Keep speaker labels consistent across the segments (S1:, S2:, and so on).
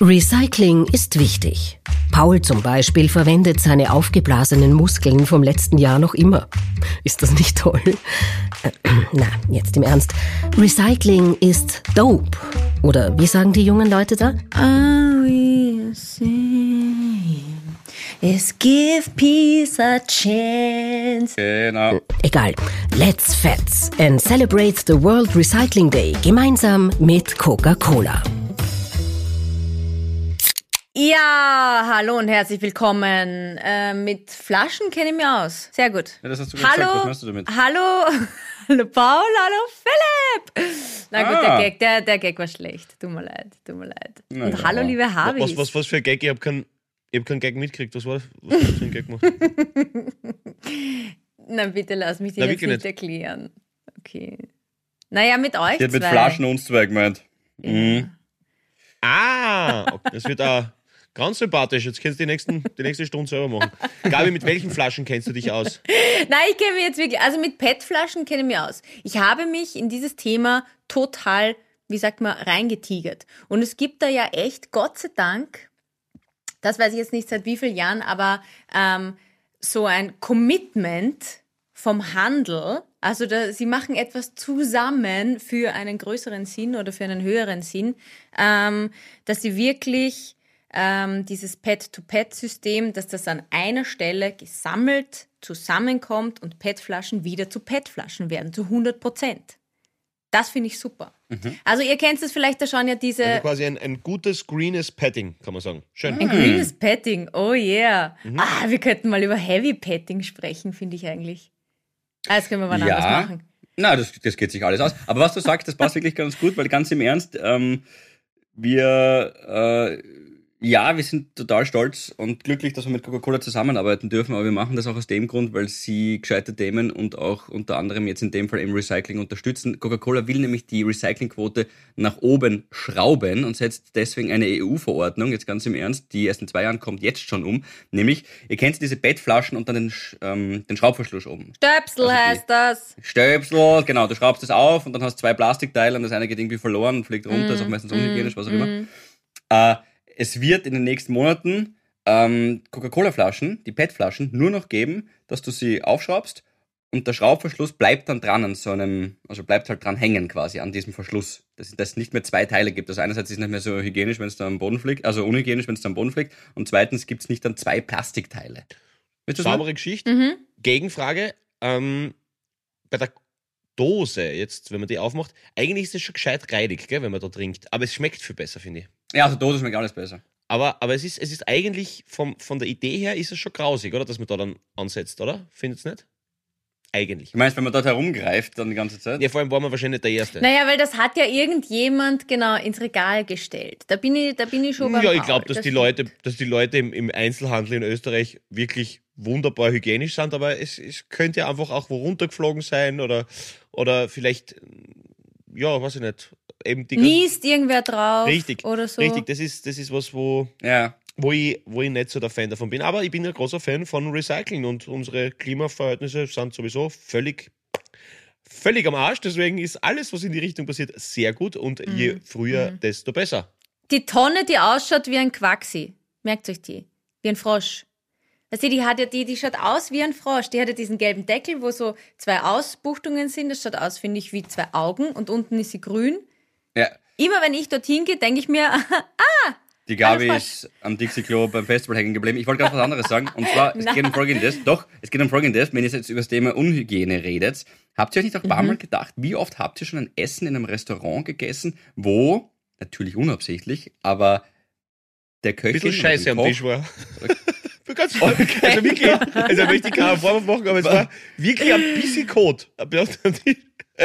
S1: Recycling ist wichtig. Paul zum Beispiel verwendet seine aufgeblasenen Muskeln vom letzten Jahr noch immer. Ist das nicht toll? Na, jetzt im Ernst. Recycling ist dope. Oder wie sagen die jungen Leute da?
S2: Are we the same? Let's give peace a chance.
S3: Genau.
S1: Egal. Let's Fats and celebrate the World Recycling Day gemeinsam mit Coca-Cola.
S2: Ja, hallo und herzlich willkommen. Äh, mit Flaschen kenne ich mich aus. Sehr gut.
S3: Ja, das hast du gerade gesagt. Was
S2: hallo,
S3: meinst du damit?
S2: hallo, hallo Paul, hallo Philipp. Na gut,
S3: Ah.
S2: der, Gag, der, der Gag war schlecht. Tut mir leid, tut mir leid.
S3: Na
S2: und
S3: ja.
S2: hallo, liebe Harvis.
S4: Was, was, was für ein Gag? Ich habe keinen hab kein Gag mitgekriegt. Was war das? Was hast du für ein Gag gemacht?
S2: Na bitte lass mich dir
S4: Na,
S2: jetzt
S4: wirklich
S2: nicht,
S4: nicht.
S2: erklären. Okay. Naja, mit euch
S3: Die hat
S2: zwei.
S3: mit Flaschen uns zwei gemeint. Mhm.
S4: Ah, okay. das wird auch ganz sympathisch. Jetzt kannst du die, nächsten, die nächste Stunde selber machen. Gabi, mit welchen Flaschen kennst du dich aus?
S2: Nein, ich kenne mich jetzt wirklich, also mit PET-Flaschen kenne ich mich aus. Ich habe mich in dieses Thema total, wie sagt man, reingetigert. Und es gibt da ja echt, Gott sei Dank, das weiß ich jetzt nicht seit wie vielen Jahren, aber ähm, so ein Commitment vom Handel, also da, sie machen etwas zusammen für einen größeren Sinn oder für einen höheren Sinn, ähm, dass sie wirklich ähm, dieses Pet-to-Pet-System, dass das an einer Stelle gesammelt zusammenkommt und PET-Flaschen wieder zu PET-Flaschen werden, zu 100 Prozent. Das finde ich super. Also ihr kennt es vielleicht, da schauen ja diese...
S4: Also quasi ein, ein gutes grünes Padding, kann man sagen. Schön.
S2: Ein grünes Petting, oh yeah.
S4: Mhm.
S2: Ah, wir könnten mal über Heavy Petting sprechen, finde ich eigentlich. Ah, das können wir mal
S3: Ja.
S2: anders machen.
S3: Na, das, das geht sich alles aus. Aber was du sagst, das passt wirklich ganz gut, weil ganz im Ernst, ähm, wir, äh, ja, wir sind total stolz und glücklich, dass wir mit Coca-Cola zusammenarbeiten dürfen, aber wir machen das auch aus dem Grund, weil sie gescheite Themen und auch unter anderem jetzt in dem Fall im Recycling unterstützen. Coca-Cola will nämlich die Recyclingquote nach oben schrauben und setzt deswegen eine EU-Verordnung, jetzt ganz im Ernst, die erst in zwei Jahren kommt, jetzt schon um. Nämlich, ihr kennt diese Bettflaschen und dann den, Sch- ähm, den Schraubverschluss oben.
S2: Stöpsel
S3: Also die-
S2: heißt das.
S3: Stöpsel, genau, du schraubst es auf und dann hast du zwei Plastikteile und das eine geht irgendwie verloren, fliegt runter, ist auch meistens unhygienisch, was auch immer. Äh, es wird in den nächsten Monaten ähm, Coca-Cola-Flaschen, die PET-Flaschen, nur noch geben, dass du sie aufschraubst und der Schraubverschluss bleibt dann dran an so einem, also bleibt halt dran hängen quasi an diesem Verschluss. Dass dass es nicht mehr zwei Teile gibt. Also einerseits ist es nicht mehr so hygienisch, wenn es da am Boden fliegt, also unhygienisch, wenn es da am Boden fliegt und zweitens gibt es nicht dann zwei Plastikteile. Willst du das
S4: Saubere Geschichte.
S2: Mhm.
S4: Gegenfrage. Ähm, bei der Dose jetzt, wenn man die aufmacht, eigentlich ist es schon gescheit reidig, gell, wenn man da trinkt. Aber es schmeckt viel besser, finde ich.
S3: Ja, also Dose schmeckt alles besser.
S4: Aber, aber es, ist, es ist eigentlich vom, von der Idee her ist es schon grausig, oder? Dass man da dann ansetzt, oder? Findet's nicht? Eigentlich.
S3: Du meinst, wenn man dort herumgreift dann die ganze Zeit?
S4: Ja, vor allem war man wahrscheinlich nicht der Erste.
S2: Naja, weil das hat ja irgendjemand genau ins Regal gestellt. Da bin ich, da bin ich schon beim
S4: Hm, ja, ich
S2: Paul,
S4: glaube, dass,
S2: das
S4: die
S2: stimmt.
S4: Leute, dass die Leute im, im Einzelhandel in Österreich wirklich wunderbar hygienisch sind, aber es, es könnte ja einfach auch wo runtergeflogen sein oder, oder vielleicht, ja, weiß ich nicht, eben die
S2: Niest irgendwer drauf
S4: Richtig,
S2: oder so.
S4: richtig, das ist, das ist was, wo,
S3: ja.
S4: wo, ich, wo ich nicht so der Fan davon bin. Aber ich bin ein großer Fan von Recycling und unsere Klimaverhältnisse sind sowieso völlig, völlig am Arsch. Deswegen ist alles, was in die Richtung passiert, sehr gut und je früher, desto besser.
S2: Die Tonne, die ausschaut wie ein Quaxi. Merkt euch die. Wie ein Frosch. Also die hat ja die, die schaut aus wie ein Frosch. Die hat ja diesen gelben Deckel, wo so zwei Ausbuchtungen sind. Das schaut aus, finde ich, wie zwei Augen und unten ist sie grün.
S3: Ja,
S2: Immer wenn ich dorthin gehe, denke ich mir,
S3: die Gabi
S2: Hallo,
S3: ist am Dixie-Klo beim Festival hängen geblieben. Ich wollte gerade was anderes sagen. Und zwar, es geht um Folgendes. Doch, es geht um Folgendes. Wenn ihr jetzt über das Thema Unhygiene redet, habt ihr euch nicht auch ein paar Mal gedacht, wie oft habt ihr schon ein Essen in einem Restaurant gegessen, wo, natürlich unabsichtlich, aber der
S4: Ein
S3: Köchin
S4: bisschen
S3: oder dem
S4: scheiße am
S3: Koch-
S4: Tisch war. Ganz, Also wirklich, also möchte ich keinen Vorwurf machen, aber es war wirklich ein bisschen Kot. Ein bisschen am Tisch.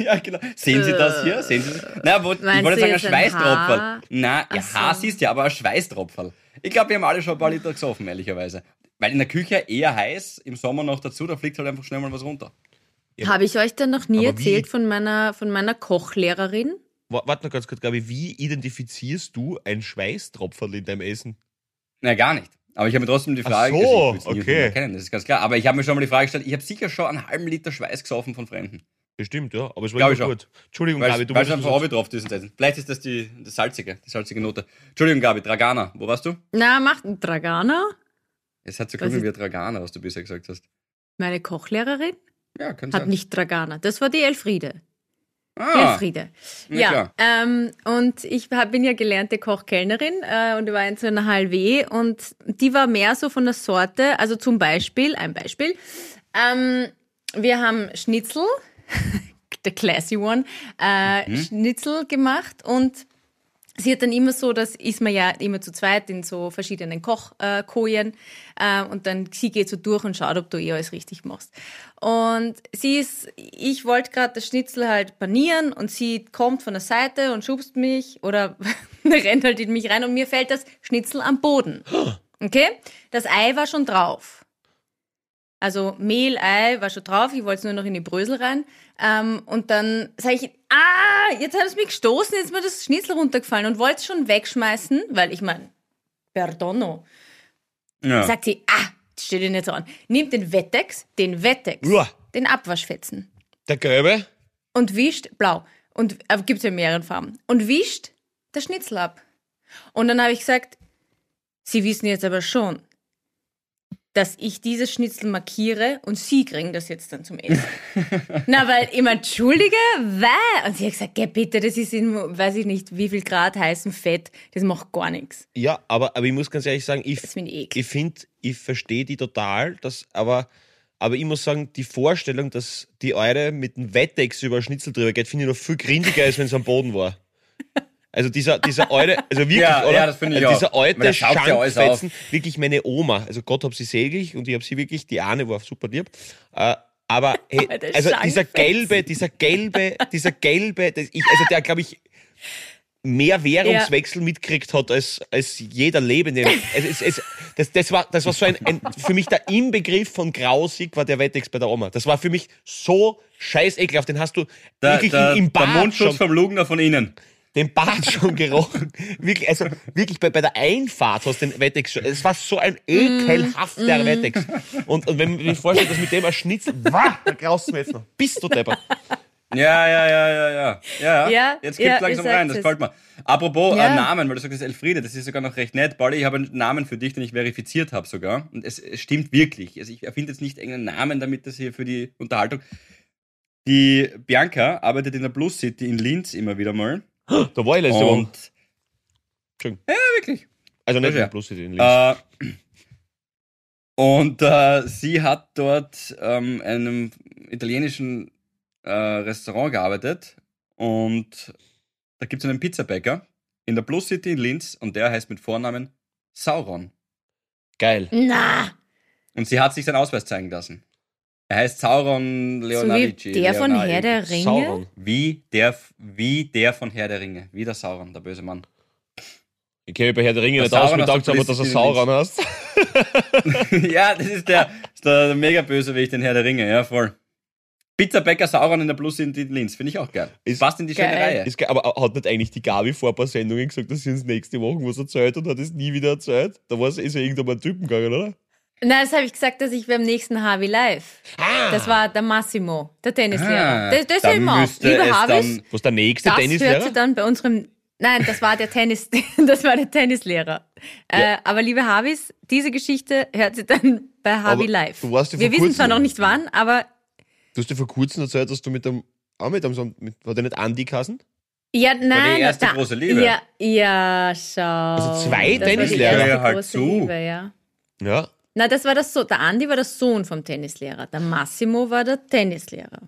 S3: ja, genau. Sehen Sie das hier? Sehen Sie das? Na, wo, ich
S2: Meinst
S3: wollte
S2: du
S3: sagen, ein
S2: jetzt ein Haar?
S3: Schweißtropferl. Na, ja,
S2: Ach
S3: Haar
S2: so.
S3: siehst du ja, aber ein Schweißtropferl. Ich glaube, wir haben alle schon ein paar Liter gesoffen, ehrlicherweise. Weil in der Küche eher heiß, im Sommer noch dazu, da fliegt halt einfach schnell mal was runter.
S2: Habe ich euch dann noch nie
S4: Aber
S2: erzählt
S4: wie?
S2: von meiner, von meiner Kochlehrerin?
S4: Wa- Warte noch ganz kurz, Gabi, wie identifizierst du ein Schweißtropferl in deinem Essen?
S3: Na, gar nicht. Aber ich habe mir trotzdem die
S4: Ach
S3: Frage
S4: so,
S3: also ich will's nie von
S4: okay.
S3: mir kennen, das ist ganz klar. Aber ich habe mir schon mal die Frage gestellt, ich habe sicher schon einen halben Liter Schweiß gesoffen von Fremden.
S4: Bestimmt, ja. Aber es war
S3: Glaub ich
S4: immer
S3: schon.
S4: gut. Entschuldigung, Gabi,
S3: Weil
S4: du
S3: weil es
S4: musst
S3: einfach Orbi drauf diesen Zeiten. Vielleicht ist das die, das salzige, die salzige Note. Entschuldigung, Gabi, Dragana. Wo warst du?
S2: Na, macht ein Dragana,
S3: Es hat so
S2: Was
S3: klungen
S2: ist-
S3: wie Dragana, was du bisher gesagt hast.
S2: meine Kochlehrerin,
S3: Ja, könnte
S2: hat
S3: sein.
S2: nicht Dragana. Das war die Elfriede.
S3: ah,
S2: Elfriede.
S3: na
S2: Ja,
S3: klar.
S2: ähm, und ich hab, bin ja gelernte Kochkellnerin äh, und war in so einer HLW und die war mehr so von der Sorte, also zum Beispiel, ein Beispiel, ähm, wir haben Schnitzel, der classy one, äh,
S3: Mhm.
S2: Schnitzel gemacht und sie hat dann immer so, das ist man ja immer zu zweit in so verschiedenen Kochkojen äh, Kojen, äh, und dann sie geht so durch und schaut, ob du eh alles richtig machst. Und sie ist, ich wollte gerade das Schnitzel halt panieren und sie kommt von der Seite und schubst mich oder rennt halt in mich rein und mir fällt das Schnitzel am Boden. Okay? Das Ei war schon drauf. Also Mehl, Ei war schon drauf, ich wollte es nur noch in die Brösel rein. Ähm, und dann sage ich, ah, jetzt haben sie mich gestoßen, jetzt ist mir das Schnitzel runtergefallen und wollte es schon wegschmeißen, weil ich meine, perdono.
S3: Ja.
S2: Sagt sie, ah, das steht Ihnen jetzt an. Nimmt den Wettex, den Wettex,
S4: Uah.
S2: den Abwaschfetzen
S4: Der Gelbe?
S2: und wischt blau. Und äh, gibt es ja in mehreren Farben. Und wischt das Schnitzel ab. Und dann habe ich gesagt, Sie wissen jetzt aber schon, dass ich dieses Schnitzel markiere und Sie kriegen das jetzt dann zum Essen. Na, weil ich meine, entschuldige, weil. Und sie hat gesagt, geh bitte, das ist in, weiß ich nicht, wie viel Grad heißem Fett, das macht gar nichts.
S4: Ja, aber, aber ich muss ganz ehrlich sagen, ich,
S2: Das finde ich eklig.
S4: ich finde, ich verstehe die total, dass, aber, aber ich muss sagen, die Vorstellung, dass die Eure mit einem Wettex über ein Schnitzel drüber geht, finde ich noch viel grindiger, als wenn es am Boden war. Also dieser, dieser Eure, also wirklich,
S3: Ja,
S4: oder?
S3: ja, das finde ich
S4: also dieser
S3: auch. Weil
S4: alte
S3: das saugt ja alles
S4: Schankfetzen, wirklich meine Oma, also Gott hab sie selig und ich hab sie wirklich, die Ahne war super lieb, äh, aber hey,
S2: Alter,
S4: also dieser
S2: Schankfetzen.
S4: gelbe, dieser gelbe, dieser gelbe, das ich, also der glaube ich mehr Währungswechsel mitgekriegt hat als, als jeder Lebende. Es, es, es, das, das, war, das war so ein, ein, für mich der Inbegriff von grausig war der Wettex bei der Oma. Das war für mich so scheiß ekelhaft. Den hast du
S3: Der,
S4: wirklich
S3: der,
S4: im
S3: der
S4: Bad
S3: Mundschutz
S4: schon,
S3: vom Lugner von innen.
S4: den Bad schon gerochen. Wirklich, also wirklich bei, bei der Einfahrt hast du den Wettex schon. Es war so ein ekelhafter Wettex. Und, und wenn man sich vorstellt, dass mit dem ein Schnitzel, wah, dann graust du mir jetzt noch. Bist du deppert.
S3: Ja, ja, ja, ja, ja. ja,
S2: Ja,
S3: Jetzt
S2: ja,
S3: kippt
S2: ihr
S3: langsam
S2: sagt
S3: rein, das
S2: es.
S3: gefällt mir. Apropos
S2: Ja.
S3: äh, Namen, weil du sagst, Elfriede, das ist sogar noch recht nett. Pauli, ich habe einen Namen für dich, den ich verifiziert habe sogar. Und es, es stimmt wirklich. Also ich erfinde jetzt nicht irgendeinen Namen, damit das hier für die Unterhaltung. Die Bianca arbeitet in der Plus City in Linz immer wieder mal.
S4: Da war ich letzte Woche.
S3: Und
S4: Wirklich? Also nicht
S3: Ja.
S4: im Plus, in Linz.
S3: Äh, und äh, sie hat dort ähm, einem italienischen äh, Restaurant gearbeitet und da gibt es einen Pizzabäcker in der Plus City in Linz und der heißt mit Vornamen Sauron.
S4: Geil.
S2: Na,
S3: Und sie hat sich seinen Ausweis zeigen lassen. Er heißt Sauron
S2: so wie
S3: Leonarici.
S2: der von
S3: Leonardi.
S2: Herr der Ringe.
S4: Sauron.
S3: Wie der, wie der von Herr der Ringe. Wie der Sauron, der böse Mann.
S4: Ich kenne mich bei Herr der Ringe
S3: Der
S4: nicht aus,
S3: Sauron
S4: mir
S3: aus der
S4: taugt aber, dass du
S3: Felicity
S4: Sauron hast.
S3: ja, das ist der, das ist der mega Bösewicht in Herr der Ringe, ja, voll. Pizzabäcker Sauron in der Plus in die Linz, finde ich auch geil.
S4: Ist-
S3: Passt in die schöne
S2: Geil.
S3: Reihe.
S4: Ist geil, aber hat nicht eigentlich die Gabi vor ein paar Sendungen gesagt, dass sie uns nächste Woche was erzählt und hat es nie wieder erzählt? Da war's, ist ja irgendwann mal ein Typen gegangen, oder?
S2: Na, das habe ich gesagt, dass ich beim nächsten Harvey Live.
S4: Ah.
S2: Das war der Massimo, der Tennislehrer.
S3: Ah,
S2: das das
S3: dann
S2: hört man auf.
S3: müsste
S2: Liebe
S3: es
S2: Harvis,
S3: dann-
S4: Was der nächste
S2: das hört
S4: Tennislehrer?
S2: sie dann bei unserem. Nein, das war der Tennis, das war der Tennislehrer. Äh, aber liebe Harvis, diese Geschichte hört sie dann bei Harvey
S4: Aber
S2: Live.
S4: du warst ja
S2: Wir
S4: vor
S2: wissen zwar
S4: kurzem-
S2: noch nicht wann, aber
S4: Du hast dir vor kurzem erzählt, dass du mit dem, auch mit dem, Son- mit, war der nicht Andi Kassen?
S2: ja, nein,
S3: erste
S2: da-
S3: große Liebe.
S2: Ja, ja, schau.
S4: Also zwei
S2: Das war die
S4: Tennislehrer.
S2: erste
S3: Ja, halt
S2: große
S3: zu.
S2: Liebe, ja.
S4: Ja.
S2: Na, das war das so. Der Andi war der Sohn vom Tennislehrer. Der Massimo war der Tennislehrer.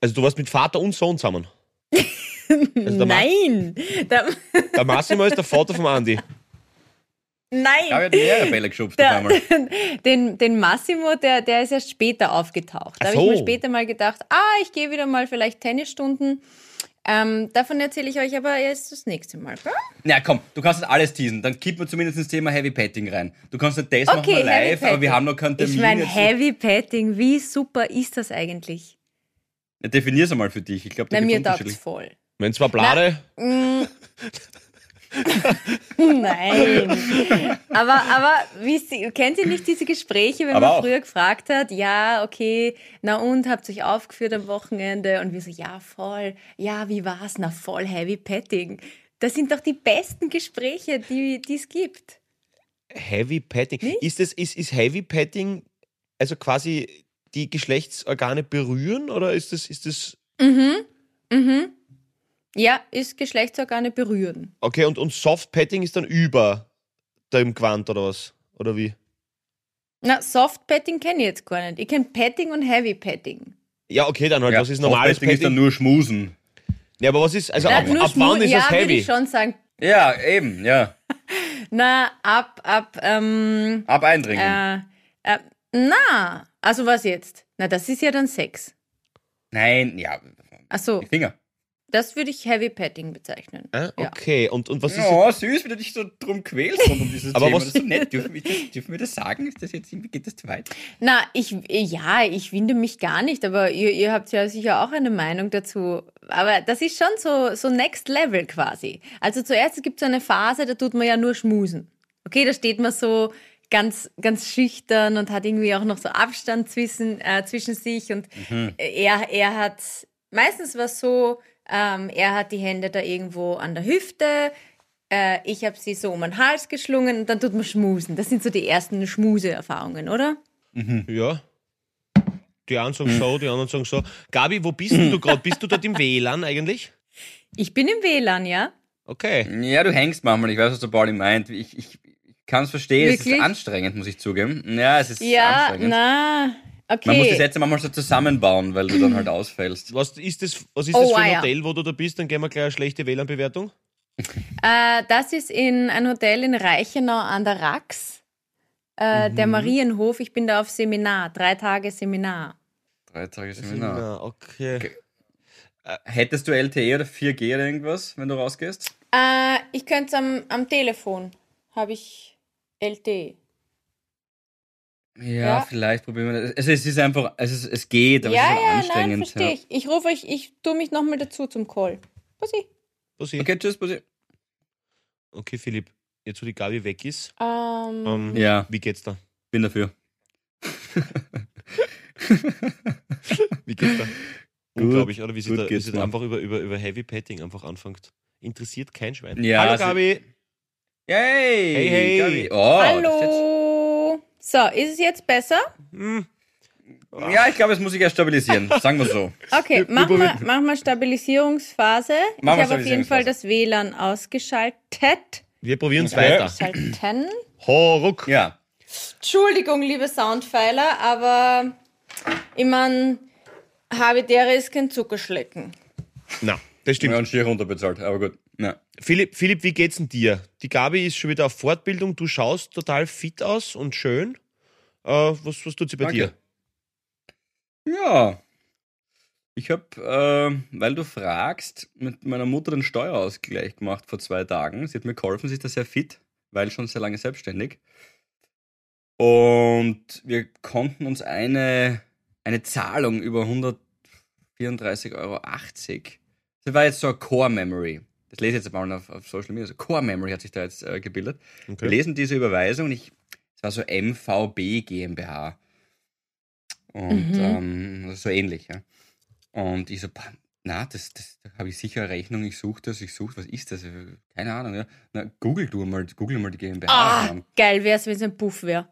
S4: Also du warst mit Vater und Sohn zusammen. Also der Ma-
S2: Nein, der,
S4: Der Massimo ist der Vater vom Andi.
S2: nein.
S3: Ich habe ja die mehrere Bälle geschubst auf einmal.
S2: Den, den Massimo, der, der ist erst später aufgetaucht. Da
S4: Ach
S2: habe ich mir
S4: so.
S2: später mal gedacht, ah, ich gehe wieder mal vielleicht Tennisstunden. Ähm, davon erzähle ich euch aber erst das nächste Mal. gell?
S3: Na komm, du kannst das alles teasen, dann kippen wir zumindest ins Thema Heavy Petting rein. Du kannst nicht das machen
S2: Okay,
S3: wir
S2: Heavy
S3: live, aber
S2: Petting.
S3: wir haben noch keinen Termin.
S2: Ich meine,
S3: jetzt.
S2: Heavy Petting, wie super ist das eigentlich?
S3: Ja, Definier's einmal für dich. Ich glaube, da
S2: Na,
S3: gibt's
S2: mir taugt
S3: unterschiedlich.
S2: voll.
S4: Wenn zwei Blade,
S2: Nein. Aber, aber wisst ihr, kennt ihr nicht diese Gespräche, wenn
S3: Aber
S2: man
S3: auch.
S2: früher gefragt hat, ja, okay, na und, habt ihr euch aufgeführt am Wochenende? Und wir so, ja, voll. Ja, wie war's? Na, voll heavy petting. Das sind doch die besten Gespräche, die die es gibt.
S4: Heavy Petting. Ist, das, ist, ist Heavy Petting also quasi die Geschlechtsorgane berühren oder ist das, ist das
S2: Mhm. Ja, ist Geschlechtsorgane berühren.
S4: okay und, und Soft Petting ist dann über dem Quant oder was? Oder wie?
S2: Na, Soft Petting kenne ich jetzt gar nicht. Ich kenne Petting und Heavy Petting.
S4: Ja, okay, dann halt.
S3: Ja,
S4: was ist normales
S3: Petting
S4: Petting?
S3: ist dann nur Schmusen.
S4: ja, aber was ist, also ab,
S2: Na, nur
S4: ab wann
S2: Schmu-
S4: ist
S2: ja,
S4: das
S2: würde
S4: Heavy?
S2: ich schon sagen.
S3: Ja, eben, ja.
S2: Na, ab, ab, ähm,
S3: Ab Eindringen.
S2: Äh, äh, na, also was jetzt? Na, das ist ja dann Sex.
S3: Nein, ja.
S2: Achso,
S3: Die Finger.
S2: das würde ich Heavy Petting bezeichnen.
S4: Ah,
S2: Ja.
S4: okay, und, und was ist
S3: Oh, süß, wenn du dich so drum quälst rund um dieses
S4: Aber
S3: Thema.
S4: was-
S3: Das ist so nett. Dürfen wir, das, dürfen wir das sagen? Ist das jetzt irgendwie, geht das zu weit?
S2: Na, ich, ja, ich winde mich gar nicht, aber ihr, ihr habt ja sicher auch eine Meinung dazu. Aber das ist schon so, so Next Level quasi. Also zuerst gibt es eine Phase, da tut man ja nur schmusen. Okay, da steht man so ganz, ganz schüchtern und hat irgendwie auch noch so Abstand zwischen, äh, zwischen sich und äh, er, er hat, meistens war es so, ähm, er hat die Hände da irgendwo an der Hüfte, äh, ich habe sie so um den Hals geschlungen und dann tut man schmusen. Das sind so die ersten Schmuse-Erfahrungen, oder?
S4: Ja. Die einen
S3: Hm.
S4: sagen so, die anderen sagen so. Gabi, wo bist denn du gerade? Bist du dort im WLAN eigentlich?
S2: Ich bin im WLAN, ja?
S4: Okay.
S3: Ja, du hängst manchmal. Ich weiß, was der Pauli meint. Ich, ich, ich kann es verstehen. Es ist
S2: Wirklich?
S3: anstrengend, muss ich zugeben. Ja, es ist
S2: Ja,
S3: anstrengend.
S2: na, okay.
S3: Man muss die Sätze manchmal so zusammenbauen, weil du dann halt ausfällst.
S4: Was ist das, was ist
S2: Oh,
S4: das für ein
S2: weia.
S4: Hotel, wo du da bist? Dann geben wir gleich eine schlechte WLAN-Bewertung.
S2: äh, das ist in ein Hotel in Reichenau an der Rax, äh,
S3: Mhm.
S2: der Marienhof. Ich bin da auf Seminar, drei Tage Seminar.
S3: Drei Tage Seminar.
S4: Na, okay.
S3: Genau. Äh, Hättest du LTE oder 4G oder irgendwas, wenn du rausgehst?
S2: Äh, ich könnte es am, am Telefon, habe ich LTE.
S3: Ja,
S2: Ja.
S3: vielleicht probieren wir das. Also, es ist einfach, also es, es geht, aber es
S2: ja,
S3: ist
S2: ja,
S3: anstrengend.
S2: nein, verstehe ich. Ich rufe euch, ich tue mich nochmal dazu zum Call. Pussy.
S4: Bussi.
S3: ja.
S4: Okay.
S3: Okay, tschüss, Bussi.
S4: okay, Philipp, jetzt wo die Gabi weg ist,
S2: Ähm,
S4: ähm,
S3: Ja,
S4: wie geht's da?
S3: bin dafür.
S4: Wie geht's da?
S3: Gut,
S4: Unglaublich, oder wie sie
S3: gut
S4: da, wie
S3: geht's
S4: sie da
S3: mir.
S4: einfach über, über, über Heavy Petting einfach anfängt. Interessiert kein Schwein.
S3: Ja,
S4: Hallo
S3: sie-
S4: Gabi.
S3: Yay!
S4: Hey, hey.
S3: Gabi. Oh, das
S2: hallo. So, ist es jetzt besser?
S4: Hm.
S3: ist jetzt, ja, ich glaube, das muss ich erst stabilisieren. Sagen wir so.
S2: Okay, mach mal, mach mal Stabilisierungsphase. ich
S3: Machen wir
S2: habe auf jeden Fall das WLAN ausgeschaltet.
S4: Wir probieren es
S3: Okay.
S4: weiter.
S2: Schalten.
S4: Horruck.
S3: Ja.
S2: Entschuldigung, liebe Soundpfeiler, aber ich meine, Habitäre ist kein Zuckerschlecken.
S4: Na, das
S3: Wir
S4: stimmt.
S3: haben schier runterbezahlt, aber gut. Na.
S4: Philipp, Philipp, wie geht's denn dir? Die Gabi ist schon wieder auf Fortbildung. Du schaust total fit aus und schön. Äh, was, was tut sie bei
S3: Danke.
S4: dir?
S3: Ja. Ich habe, äh, weil du fragst, mit meiner Mutter den Steuerausgleich gemacht vor zwei Tagen. Sie hat mir geholfen, sie ist da sehr fit, weil schon sehr lange selbstständig. Und wir konnten uns eine, eine Zahlung über 134,80 Euro. Das war jetzt so eine Core Memory. Das lese ich jetzt mal auf, auf Social Media. Also Core Memory hat sich da jetzt äh, gebildet. Wir lesen diese Überweisung und ich, es war so MVB GmbH. Und
S4: Mhm.
S3: ähm, so ähnlich, ja. Und ich so, "Pah, na, das, das da habe ich sicher eine Rechnung, ich suche das, ich suche, was ist das? Keine Ahnung, ja. Na, google du mal, google mal die GmbH.
S2: Ah, geil wär's, wenn es ein Puff wäre.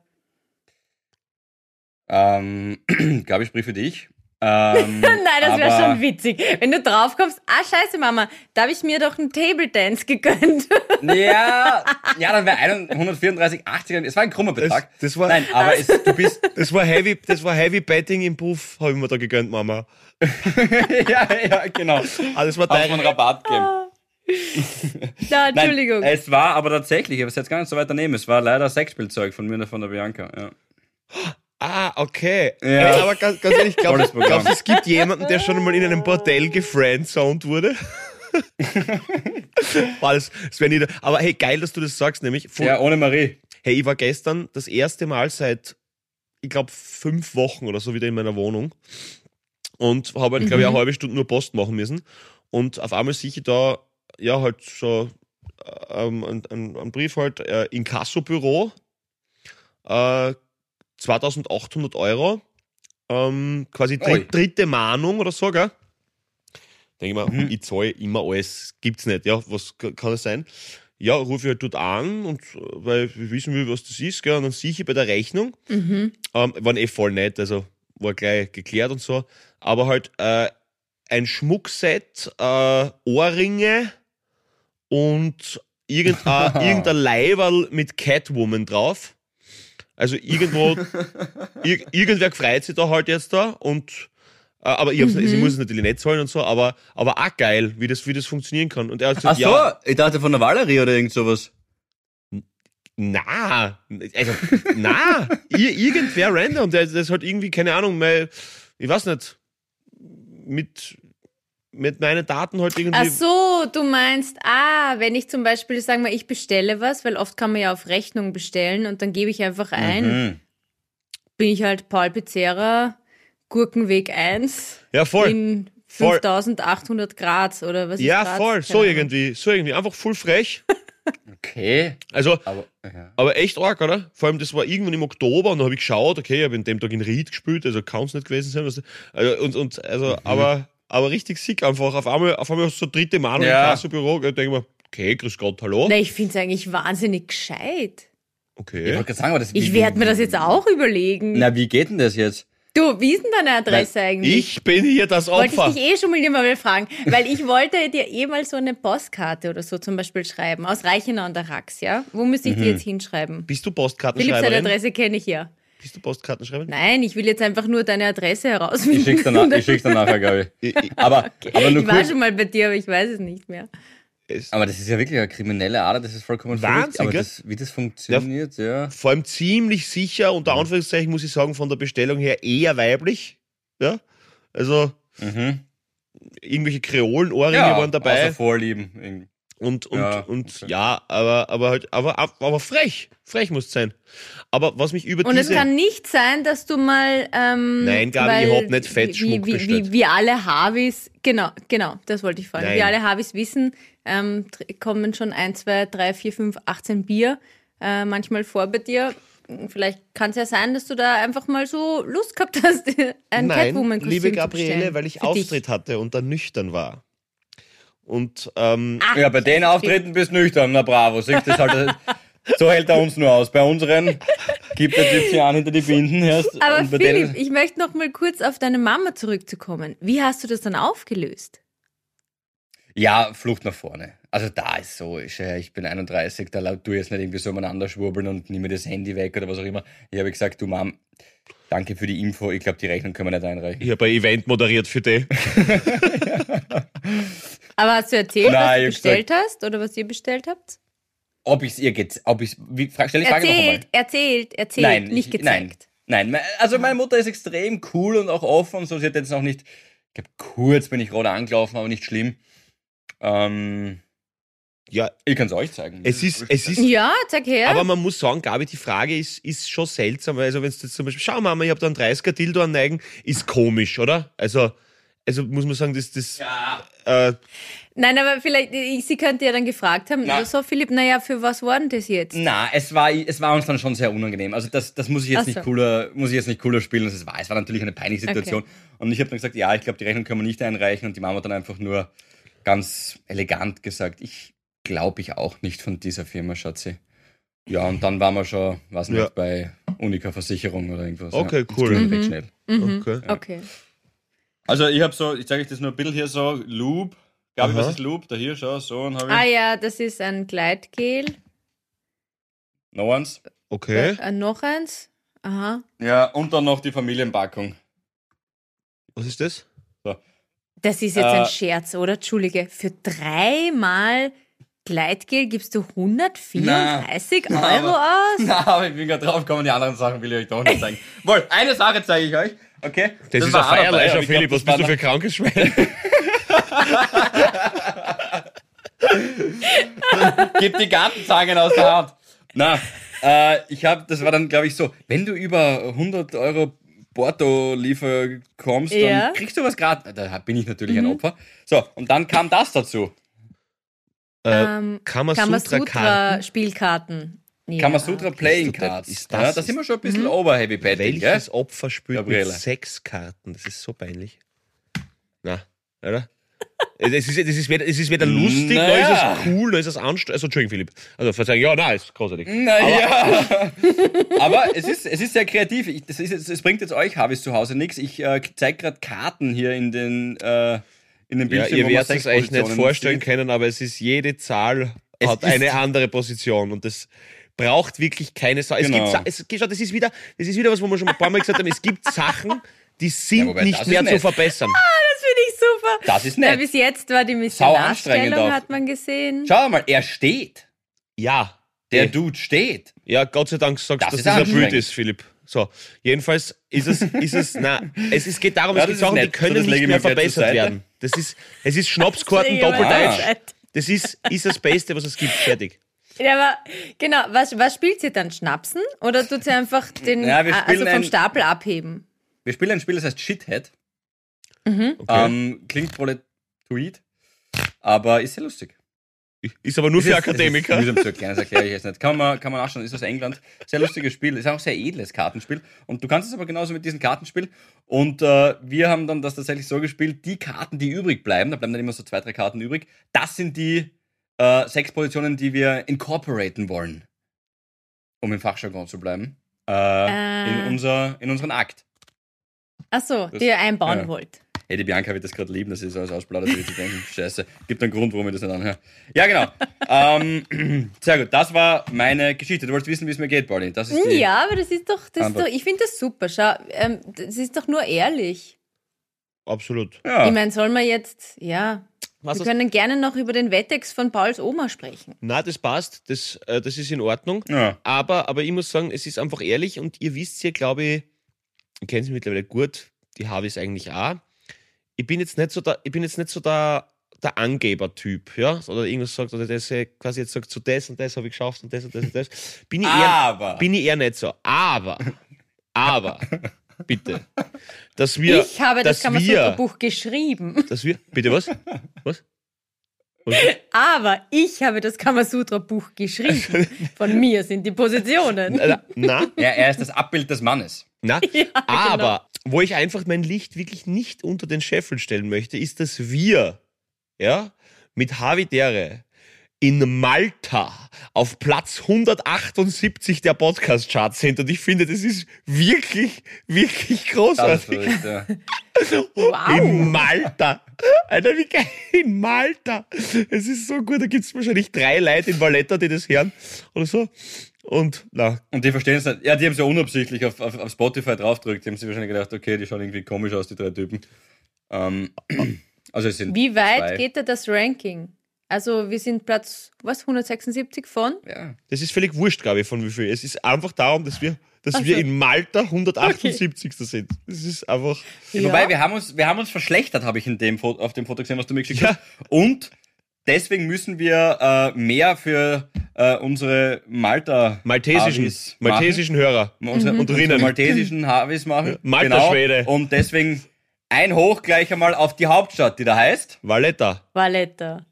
S3: Ähm, Gabi, sprich für dich. Ähm,
S2: Nein, das wäre
S3: aber-
S2: schon witzig. Wenn du draufkommst, ah, scheiße, Mama, da habe ich mir doch einen Table Dance gegönnt.
S3: Ja, ja, dann wäre 134,80. Es war ein krummer Betrag.
S4: Das- das war-
S3: Nein, aber es, du bist.
S4: Das war Heavy, das war heavy Betting im Puff, habe ich mir da gegönnt, Mama.
S3: ja, ja, genau.
S4: Ah, das war
S3: Hat man
S4: dein.
S3: Rabatt geben.
S2: Na,
S3: Nein, äh,
S2: Entschuldigung.
S3: Es war aber tatsächlich, ich habe es jetzt gar nicht so weit daneben, es war leider Sexspielzeug von mir und von der Bianca. Ja.
S4: Ah, okay.
S3: Ja.
S4: Jetzt aber ganz, ganz ehrlich,
S3: Tolles
S4: glaubst
S3: Programm.
S4: glaubst du, es gibt jemanden, der schon mal in einem Bordell gefriendzoned wurde? Boah, das, das wär nieder. Aber hey, geil, dass du das sagst, nämlich vor,
S3: ja, ohne Marie.
S4: Hey, ich war gestern das erste Mal seit, ich glaube, fünf Wochen oder so wieder in meiner Wohnung und habe
S3: Mhm.
S4: halt, glaube ich, eine halbe Stunde nur Post machen müssen. Und auf einmal sehe ich da, ja, halt so ähm, einen, einen einen Brief halt, äh, Inkassobüro, äh, 2800 Euro, ähm, quasi dri
S3: Oi.
S4: dritte Mahnung oder so, gell? Denke ich mir,
S3: Mhm.
S4: ich zahle immer alles, gibt's nicht, ja, was k- kann das sein? Ja, rufe ich halt dort an, und, äh, weil wir wissen will, was das ist, gell, und dann sehe ich bei der Rechnung,
S2: Mhm.
S4: ähm, waren eh voll nett, also war gleich geklärt und so. Aber halt äh, ein Schmuckset, äh, Ohrringe und irgendein, irgendein Leiberl mit Catwoman drauf. Also irgendwo, ir irgendwer freut sich da halt jetzt da und äh, aber ich hab's,
S3: Mhm.
S4: sie muss es natürlich nicht zahlen und so, aber, aber auch geil, wie das, wie das funktionieren kann. Und er hat gesagt,
S3: Ach so,
S4: ja,
S3: ich dachte von der Valerie oder irgend sowas.
S4: Na, also, na, ir irgendwer random, der das hat irgendwie, keine Ahnung, mein, ich weiß nicht, mit, mit meinen Daten halt irgendwie.
S2: Ach so, du meinst, ah, wenn ich zum Beispiel, sagen wir, ich bestelle was, weil oft kann man ja auf Rechnung bestellen und dann gebe ich einfach ein,
S3: Mhm.
S2: bin ich halt Paul Pizzerra, Gurkenweg 1
S4: ja, voll.
S2: in
S4: Voll.
S2: 5800 Grad oder was ist
S4: Ja,
S2: Grad?
S4: voll,
S2: Keine
S4: so
S2: Ahnung.
S4: irgendwie, so irgendwie, einfach voll frech.
S3: Okay,
S4: Also,
S3: aber ja.
S4: aber echt arg, oder? Vor allem, das war irgendwann im Oktober und da habe ich geschaut, okay, ich habe in dem Tag in Ried gespielt, also kann es nicht gewesen sein. Was, also, und, und, also,
S3: Mhm.
S4: aber, aber richtig sick einfach. Auf einmal, auf einmal hast du so dritte Mahnung
S3: Ja.
S4: im Kassenbüro, da denke ich mir, okay, grüß Gott, hallo.
S2: Na, ich finde es eigentlich wahnsinnig gescheit.
S4: Okay.
S3: Ich wollte gerade sagen, aber das
S2: Ich
S3: wie-
S2: werde mir das jetzt auch überlegen.
S3: Na, wie geht denn das jetzt?
S2: Du, wie ist denn deine Adresse eigentlich?
S4: Ich bin hier das
S2: Wollte
S4: Opfer.
S2: ich dich eh schon mal mal fragen, weil ich wollte dir eh mal so eine Postkarte oder so zum Beispiel schreiben, aus Reichenau an der Rax, ja? Wo müsste
S4: Mhm.
S2: ich die jetzt hinschreiben?
S4: Bist du
S2: Philipp, seine
S4: Postkartenschreiberin?
S2: Adresse kenne ich ja.
S4: Bist du Postkartenschreiberin?
S2: Nein, ich will jetzt einfach nur deine Adresse herausfinden.
S3: Ich schick's danach, ich schick's danach, glaube ich.
S4: Ich- ich-
S3: Aber, aber nur
S2: Ich war
S3: kurz.
S2: schon mal bei dir, aber ich weiß es nicht mehr.
S4: es-
S3: Aber das ist ja wirklich eine kriminelle Ader, das ist vollkommen verrückt.
S4: Wahnsinn,
S3: Aber
S4: gell?
S3: das, wie das funktioniert, ja.
S4: Vor allem ziemlich sicher, unter Anführungszeichen muss ich sagen, von der Bestellung her eher weiblich. Ja? Also
S3: Mhm.
S4: irgendwelche Kreolen-Ohrringe waren dabei.
S3: Außer Vorlieben. irgendwie.
S4: Und, und,
S3: Ja,
S4: ja, und
S3: okay.
S4: ja, aber, aber halt, aber, aber frech. Frech muss sein. Aber was mich über
S2: Und es
S4: diese.
S2: kann nicht sein, dass du mal. Ähm,
S4: Nein, Gabi,
S2: weil
S4: ich hab nicht Fettschmuck
S2: wie, wie,
S4: bestellt.
S2: wie, wie alle Harvis, genau, genau, das wollte ich fragen.
S4: Nein.
S2: Wie alle Harvis wissen, ähm, tr- kommen schon 1, 2, 3, 4, 5, 18 Bier äh, manchmal vor bei dir. Vielleicht kann es ja sein, dass du da einfach mal so Lust gehabt hast, ein
S4: Nein,
S2: Catwoman-Kostüm
S4: liebe
S2: zu
S4: Gabriele,
S2: bestellen.
S4: weil ich
S2: Für dich.
S4: Auftritt hatte und dann nüchtern war. Und ähm,
S2: Ah.
S3: Ja, bei den Auftritten bist du nüchtern. Na bravo, siehst das halt. So hält er uns nur aus. Bei unseren gibt er jetzt hier an hinter die Binden. Erst,
S2: Aber
S3: und bei
S2: Philipp,
S3: denen,
S2: ich möchte noch mal kurz auf deine Mama zurückzukommen. Wie hast du das dann aufgelöst?
S3: ja, Flucht nach vorne. Also da ist so, ich, äh, ich bin 31, da lau- tu jetzt nicht irgendwie so umeinander schwurbeln und nimm mir das Handy weg oder was auch immer. Ich habe gesagt, du Mom, danke für die Info. Ich glaube, die Rechnung können wir nicht einreichen.
S4: ich habe ein Event moderiert für dich.
S2: Aber hast du erzählt, was
S3: Nein,
S2: du
S3: ich hab
S2: bestellt hast oder was ihr bestellt habt?
S3: Ob ich es ihr jetzt, ob ich wie, frag, stell die Frage noch einmal.
S2: Erzählt, erzählt, erzählt, nicht
S3: ich-
S2: gezeigt.
S3: Nein, nein, me- also meine Mutter ist extrem cool und auch offen und so. Sie hat jetzt noch nicht, ich glaube, kurz bin ich gerade angelaufen, aber nicht schlimm. Ähm,
S4: Ja,
S3: ich kann es euch zeigen.
S4: es ist, es ist
S2: Ja, zeig her.
S4: Aber man muss sagen, Gabi, die Frage ist, ist schon seltsam. weil Also, wenn du jetzt zum Beispiel, schau Mama, ich habe da einen 30er Dildo an Neigen, ist komisch, oder? Also, also muss man sagen, das, das, äh,
S2: Nein, aber vielleicht, ich, sie könnte ja dann gefragt haben,
S3: Na.
S2: oder so, Philipp, naja, für was war denn das jetzt?
S3: Na, es war, es war uns dann schon sehr unangenehm. Also das, das muss ich jetzt
S2: Ach so.
S3: nicht cooler, muss ich jetzt nicht cooler spielen, als es war. Es war natürlich eine peinliche Situation. Und ich habe dann gesagt, ja, ich glaube, die Rechnung können wir nicht einreichen. Und die Mama hat dann einfach nur ganz elegant gesagt, ich glaube ich auch nicht von dieser Firma, Schatzi. Ja, und dann waren wir schon, was nicht,
S4: Ja.
S3: bei Unica Versicherung oder irgendwas.
S4: Okay,
S3: ja. Das
S4: cool.
S3: ging recht
S2: Mhm.
S3: schnell.
S4: okay.
S2: Okay.
S3: Also ich habe so, ich zeige euch das nur ein bisschen hier so, Loop. Gabi,
S4: Aha.
S3: was ist Loop? Da hier, schau, so und habe ich.
S2: Ah ja, das ist ein Gleitgel.
S3: Noch eins.
S4: okay.
S2: Äh, noch eins. Aha.
S3: Ja, und dann noch die Familienpackung.
S4: Was ist das?
S2: Das ist jetzt
S3: Äh.
S2: ein Scherz, oder? Entschuldige. Für dreimal Gleitgel gibst du 134
S3: Na,
S2: Euro
S3: aber-
S2: aus?
S3: Na, aber ich bin gerade drauf gekommen, die anderen Sachen will ich euch doch nicht zeigen. Wohl, eine Sache zeige ich euch, okay?
S4: Das, ist ein
S3: war auch dabei,
S4: Feierleischer,
S3: aber ich
S4: Philipp.
S3: glaub,
S4: Was bist du
S3: das
S4: für ein krankes Schwein?
S3: war- Gib die Gartenzangen aus der Hand. Na, äh, ich habe, das war dann, glaube ich, so, wenn du über 100 Euro Porto liefer kommst,
S2: Ja. Mhm.
S3: dann kriegst du was gratis. Da bin ich natürlich ein Opfer. So, und dann kam das dazu.
S4: Äh,
S2: Ähm,
S4: Kamasutra-Karten.
S2: Kamasutra-Spielkarten. Ja.
S3: Kamasutra Playing
S4: Ist das-
S3: Cards.
S4: ist
S3: ja,
S4: das- Mhm.
S3: da sind wir schon ein bisschen overheavy betting, gell?
S4: Welches Opfer spielt
S3: Gabriele.
S4: mit sechs Karten? Das ist so peinlich. Na, oder? Es ist, es, ist weder, es ist weder lustig,
S3: Naja.
S4: noch ist es cool, noch ist es anstrengend. Also, Entschuldigung, Philipp. Also, Verzeihung, ja, nein, ist großartig.
S3: Naja. Aber es ist, es ist sehr kreativ. Ich, das ist, jetzt- es bringt jetzt euch Havis zu Hause nichts. Ich äh, zeige gerade Karten hier in den, äh, in den
S4: Ja,
S3: Bildschirm.
S4: ihr
S3: wo man
S4: werdet es
S3: sechs
S4: euch nicht
S3: Positionen
S4: vorstellen
S3: sieht.
S4: können, aber es ist jede Zahl
S3: Es
S4: hat
S3: ist-
S4: eine andere Position und das braucht wirklich keine Sache. Es
S3: Genau.
S4: gibt Sa es, schaut, das ist wieder, das ist wieder was, wo wir schon ein paar Mal gesagt haben, es gibt Sachen, die
S3: Ja,
S4: sind
S3: wobei, das
S4: nicht
S3: ist
S4: mehr zu
S3: nett.
S4: verbessern.
S2: Finde ich super.
S3: Das ist
S2: Weil
S3: nett.
S2: bis jetzt war die
S3: Sau anstrengend
S2: Missionarstellung,
S3: auch.
S2: hat man gesehen.
S3: Schau mal, er steht.
S4: Ja.
S3: Der
S4: eh.
S3: Dude steht.
S4: Ja, Gott sei Dank sagst
S3: Das
S4: du, dass
S3: ist
S4: das ein
S3: anstrengend.
S4: Bild ist, Philipp. So, jedenfalls ist es, ist es, na, es ist, geht darum,
S3: Ja,
S4: es
S3: das
S4: gibt
S3: ist
S4: Sachen, die
S3: nett. So,
S4: können
S3: das lege
S4: nicht
S3: ich
S4: mehr
S3: mir gleich zur
S4: verbessert
S3: Seite.
S4: werden. Das ist, es ist Schnapskarten, doppelter
S3: Ah.
S4: Edge. Das ist, ist das Beste, was es gibt. Fertig.
S2: Ja, aber genau, was, was spielt sie dann? Schnapsen? Oder tut sie einfach den
S3: Ja, wir
S2: also
S3: spielen
S2: vom
S3: ein-
S2: Stapel abheben?
S3: Wir spielen ein Spiel, das heißt Shithead.
S4: Okay.
S3: Ähm, klingt proletuid, aber ist sehr lustig.
S4: Ist aber nur
S3: Es
S4: für
S3: ist-
S4: Akademiker.
S3: Es ist mühsam zu erklären, das erkläre ich jetzt nicht. Kann man, kann man nachschauen, ist aus England. Sehr lustiges Spiel, ist auch ein sehr edles Kartenspiel. Und du kannst es aber genauso mit diesen Kartenspiel. Und äh, wir haben dann das tatsächlich so gespielt, die Karten, die übrig bleiben, da bleiben dann immer so zwei, drei Karten übrig, das sind die äh, sechs Positionen, die wir incorporaten wollen. Um im Fachjargon zu bleiben. Äh,
S2: Äh.
S3: In, unser, in unseren Akt.
S2: Ach so,
S3: Das-
S2: die ihr einbauen
S3: ja.
S2: wollt.
S3: Hey, die Bianca wird das gerade lieben, dass ich so alles ausplaudert, wie sie denken. Scheiße. Gibt einen Grund, warum ich das nicht anhöre. Ja, genau. ähm, sehr gut. Das war meine Geschichte. Du wolltest wissen, wie es mir geht, Pauli. Das ist die.
S2: Ja, aber das ist doch, das ist
S3: Antwort.
S2: doch ich finde das super. Schau, ähm, das ist doch nur ehrlich.
S4: Absolut.
S3: Ja.
S2: Ich meine, soll man jetzt, ja,
S4: Was
S2: wir
S4: das-
S2: können gerne noch über den Wettex von Pauls Oma sprechen.
S4: Na, das passt. Das, äh, das ist in Ordnung.
S3: ja.
S4: Aber, aber ich muss sagen, es ist einfach ehrlich und ihr wisst ja, glaube ich, ihr kennt mich mittlerweile gut, die habe ich eigentlich auch. Ich bin jetzt nicht so da, ich bin jetzt nicht so da, der Angeber-Typ, ja, oder irgendwas sagt, oder der quasi jetzt sagt, so das und das habe ich geschafft und das und das und das. Bin ich eher,
S3: Aber.
S4: bin ich eher nicht so. Aber, aber, bitte, dass wir,
S2: ich habe das
S4: dass wir,
S2: Kamasutra-Buch geschrieben.
S4: dass wir, bitte was? Was? was?
S2: Aber ich habe das Kamasutra-Buch geschrieben. Von mir sind die Positionen.
S4: Na, Äh, na,
S3: ja, er ist das Abbild des Mannes.
S4: Na, aber wo ich einfach mein Licht wirklich nicht unter den Scheffel stellen möchte, ist, dass wir, ja, mit Havidere in Malta auf Platz 178 der Podcast-Charts sind. Und ich finde, das ist wirklich, wirklich
S3: Das ist
S4: großartig.
S3: verrückt, ja.
S4: In
S2: Wow.
S4: Malta. Alter, wie geil. In Malta. Es ist so gut. Da gibt es wahrscheinlich drei Leute in Valletta, die das hören oder so. Und, na,
S3: Und die verstehen es nicht. Ja, die haben es ja unabsichtlich auf, auf, auf Spotify draufgedrückt. Die haben sich wahrscheinlich gedacht, okay, die schauen irgendwie komisch aus, die drei Typen. Ähm, also es sind.
S2: Wie weit
S3: Zwei.
S2: geht da das Ranking? Also wir sind Platz, was, 176 von?
S3: Ja.
S4: Das ist völlig wurscht, glaube ich, von wie viel. Es ist einfach darum, dass wir, dass
S2: Also
S4: wir in Malta 178. sind. Das ist einfach.
S3: Wobei, wir haben, uns, wir haben uns verschlechtert, habe ich in dem Foto, auf dem Foto gesehen, was du mir geschickt
S4: Ja.
S3: hast. Und deswegen müssen wir äh, mehr für äh, unsere Malta
S4: Maltesischen,
S3: Avis machen.
S4: maltesischen Hörer.
S3: unsere,
S2: Mhm.
S4: Und
S3: unsere
S4: drinnen.
S3: maltesischen Havis machen. Genau.
S4: Malta Schwede.
S3: Und deswegen ein Hoch gleich einmal auf die Hauptstadt, die da heißt.
S4: Valletta.
S2: Valletta.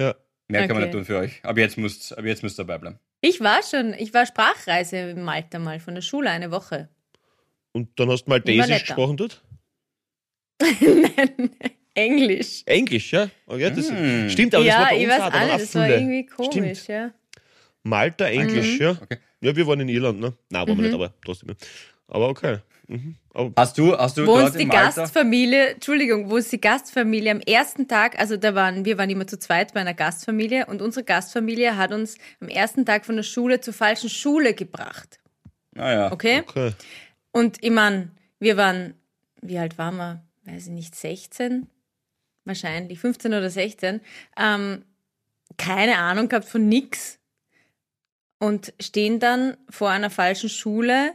S4: Ja.
S3: Mehr kann man
S2: Okay.
S3: nicht tun für euch. Aber jetzt müsst aber jetzt müsst ihr dabei bleiben.
S2: Ich war schon, ich war Sprachreise in Malta mal von der Schule eine Woche.
S4: Und dann hast du Maltesisch
S2: Valletta.
S4: gesprochen dort?
S2: Nein, Englisch.
S4: Englisch, ja? Oh, ja das
S3: Mm.
S4: Stimmt, aber
S2: ja,
S4: das war bei
S2: ich
S4: uns
S2: weiß
S4: auch
S2: alle,
S4: dann auch
S2: das war
S4: Fülle.
S2: irgendwie komisch, Mhm.
S4: Stimmt.
S2: ja.
S4: Malta, Englisch, ja.
S3: Okay.
S4: Ja, wir waren in Irland, ne? Nein, waren wir nicht,
S2: Mhm.
S4: aber trotzdem. ja. Aber okay. Mhm. Aber
S3: Hast du, hast du
S2: Wo
S3: dort
S2: uns die
S3: in Malta?
S2: Gastfamilie, Entschuldigung, wo uns die Gastfamilie am ersten Tag, also da waren, wir waren immer zu zweit bei einer Gastfamilie und unsere Gastfamilie hat uns am ersten Tag von der Schule zur falschen Schule gebracht.
S3: Naja.
S2: Okay?
S4: okay.
S2: Und ich meine, wir waren, wie alt waren wir? Weiß ich nicht, 16? Wahrscheinlich, 15 oder 16. Ähm, keine Ahnung gehabt von nix. Und stehen dann vor einer falschen Schule.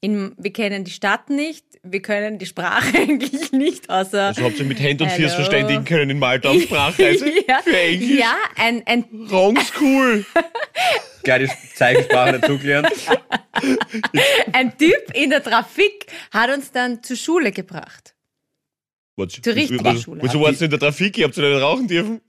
S2: In, wir kennen die Stadt nicht, wir können die Sprache eigentlich nicht, außer.
S4: Also habt ihr mit Hand und Fuß
S2: Hallo.
S4: verständigen können in Malta auf Sprachreise?
S2: ja,
S4: Also Für Englisch?
S2: ja, ein, ein
S4: Wrong school.
S3: Gleich die Zeichensprache dazugelernt.
S2: Ein Typ in der Trafik hat uns dann zur Schule gebracht.
S4: Warte,
S2: Zur richtigen
S4: wieso-
S2: Schule.
S4: Wieso warst du in der Trafik? Habt ihr nicht rauchen dürfen?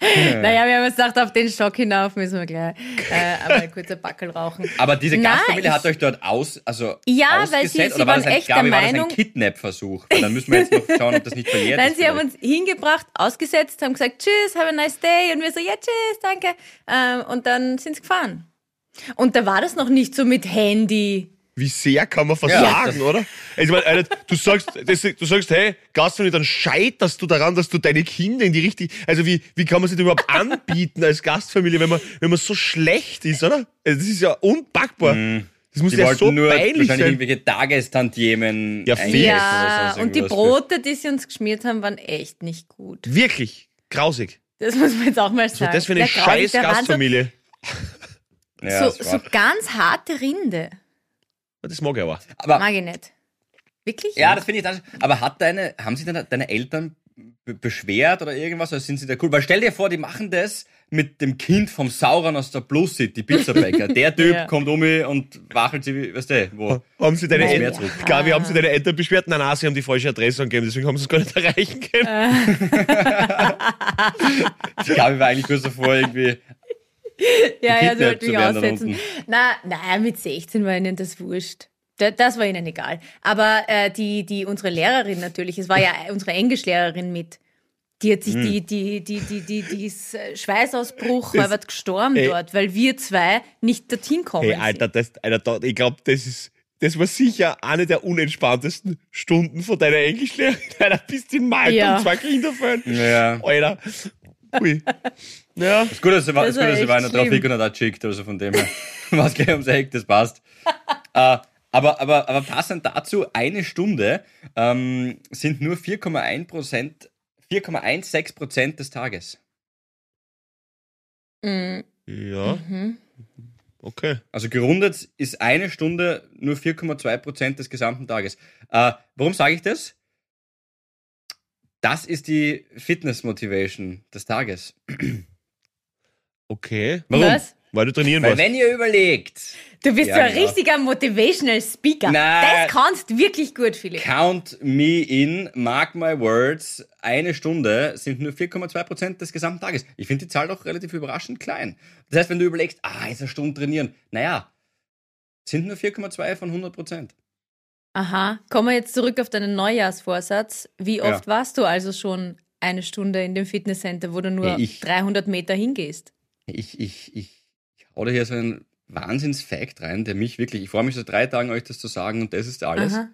S2: Naja, wir haben jetzt gedacht, auf den Schock hinauf müssen wir gleich äh, aber ein kurzer Backel rauchen.
S3: Aber diese
S2: Na,
S3: Gastfamilie
S2: ich-
S3: hat euch dort aus, also
S2: Ja, weil sie-
S3: ausgesetzt,
S2: sie
S3: oder war das
S2: waren
S3: ein,
S2: echt
S3: Gabi,
S2: der
S3: war das ein
S2: Meinung-
S3: Kidnap-Versuch? Weil dann müssen wir jetzt noch schauen, ob das nicht verjährt
S2: Nein,
S3: ist.
S2: sie haben
S3: vielleicht.
S2: uns hingebracht, ausgesetzt, haben gesagt, tschüss, have a nice day. Und wir so, ja, tschüss, danke. Ähm, und dann sind sie gefahren. Und da war das noch nicht so mit Handy.
S4: Wie sehr kann man versagen,
S3: das-
S4: oder? Ich meine, Alter, du sagst, das, du sagst, hey, Gastfamilie, dann scheiterst du daran, dass du deine Kinder in die richtige. Also wie, wie kann man sich das überhaupt anbieten als Gastfamilie, wenn man, wenn man so schlecht ist, oder? Also das ist ja unpackbar. Das muss
S3: Die
S4: ja
S3: wollten
S4: so
S3: nur wahrscheinlich
S4: peinlich sein.
S3: irgendwelche Tagestantiemen.
S4: Ja,
S3: einsetzen
S4: fix.
S3: oder
S2: Ja,
S3: sonst
S2: und die
S3: irgendwas.
S2: Brote, die sie uns geschmiert haben, waren echt nicht gut.
S4: Wirklich grausig.
S2: Das muss man jetzt auch mal
S3: Also
S4: So,
S2: sagen.
S4: das für eine
S2: Der Graus-
S4: scheiß
S2: der war so-
S4: Gastfamilie.
S3: Ja,
S2: so,
S3: das
S2: so
S3: war-
S2: ganz harte Rinde.
S4: Das mag ich aber.
S3: aber,
S2: Mag ich nicht. Wirklich?
S3: ja, das finde ich dann. Aber hat deine, haben sich deine, deine Eltern be- beschwert oder irgendwas? Oder sind sie da cool? Weil stell dir vor, die machen das mit dem Kind vom Sauron aus der Blue City, Pizzabäcker. Der Typ
S2: Ja.
S3: kommt um mich und wachelt sie, wie- weißt du, wo?
S4: Haben sie deine
S3: Muss
S4: Eltern,
S3: mehr zurück.
S4: Gabi, haben sie deine Eltern beschwert? Nein, nein, sie haben die falsche Adresse angegeben, deswegen haben sie es gar nicht erreichen können.
S3: Ich glaube, ich war eigentlich kurz davor, irgendwie
S2: ja, ja, sie wollten
S3: gekidnappt zu
S2: mich
S3: werden dann
S2: aussetzen. Na, na, mit 16 war ihnen das wurscht. Da- Das war ihnen egal. Aber äh, die, die, unsere Lehrerin natürlich, es war ja unsere Englischlehrerin mit, die hat sich
S3: Hm.
S2: die, die, die, die, die, die ist, äh, Schweißausbruch, war was gestorben
S4: Ey.
S2: dort, weil wir zwei nicht dorthin kommen.
S4: Hey, Alter, das, Alter, da, ich glaube, das ist, das war sicher eine der unentspanntesten Stunden von deiner Englischlehrerin. Alter, bist in Malta
S2: Ja.
S4: und zwei Kinder fallen.
S3: Ja.
S4: Alter. Ui. Ja.
S3: Ist gut, dass sie war,
S2: Das
S3: ist gut,
S2: war
S3: dass sie
S2: echt
S3: war in der
S2: schlimm.
S3: Trafik und hat auch geschickt, also von dem her. Was gleich ums Eck, das passt. äh, aber, aber, aber passend dazu, eine Stunde ähm, sind nur 4,1 Prozent, 4,16 Prozent des Tages.
S2: Mhm.
S4: Ja,
S2: Mhm.
S4: okay.
S3: Also gerundet ist eine Stunde nur 4,2 Prozent des gesamten Tages. Äh, warum sage ich das? Das ist die Fitness-Motivation des Tages.
S4: Okay.
S3: Warum?
S2: Was?
S4: Weil du trainieren
S3: Weil
S4: warst.
S3: wenn ihr überlegt,
S2: Du bist
S3: Ja,
S2: so ein
S3: genau.
S2: richtiger Motivational Speaker.
S3: Na.
S2: Das kannst wirklich gut, Philipp.
S3: Count me in, mark my words, eine Stunde sind nur 4,2% des gesamten Tages. Ich finde die Zahl doch relativ überraschend klein. Das heißt, wenn du überlegst, ah, jetzt eine Stunde trainieren, naja, sind nur 4,2 von 100%.
S2: Aha, kommen wir jetzt zurück auf deinen Neujahrsvorsatz. Wie
S3: Ja.
S2: oft warst du also schon eine Stunde in dem Fitnesscenter, wo du nur
S3: Nee, ich-
S2: 300 Meter hingehst?
S3: Ich, ich, ich, ich hau da hier so einen Wahnsinns-Fact rein, der mich wirklich, ich freue mich seit drei Tagen, euch das zu sagen und das ist alles.
S2: Aha.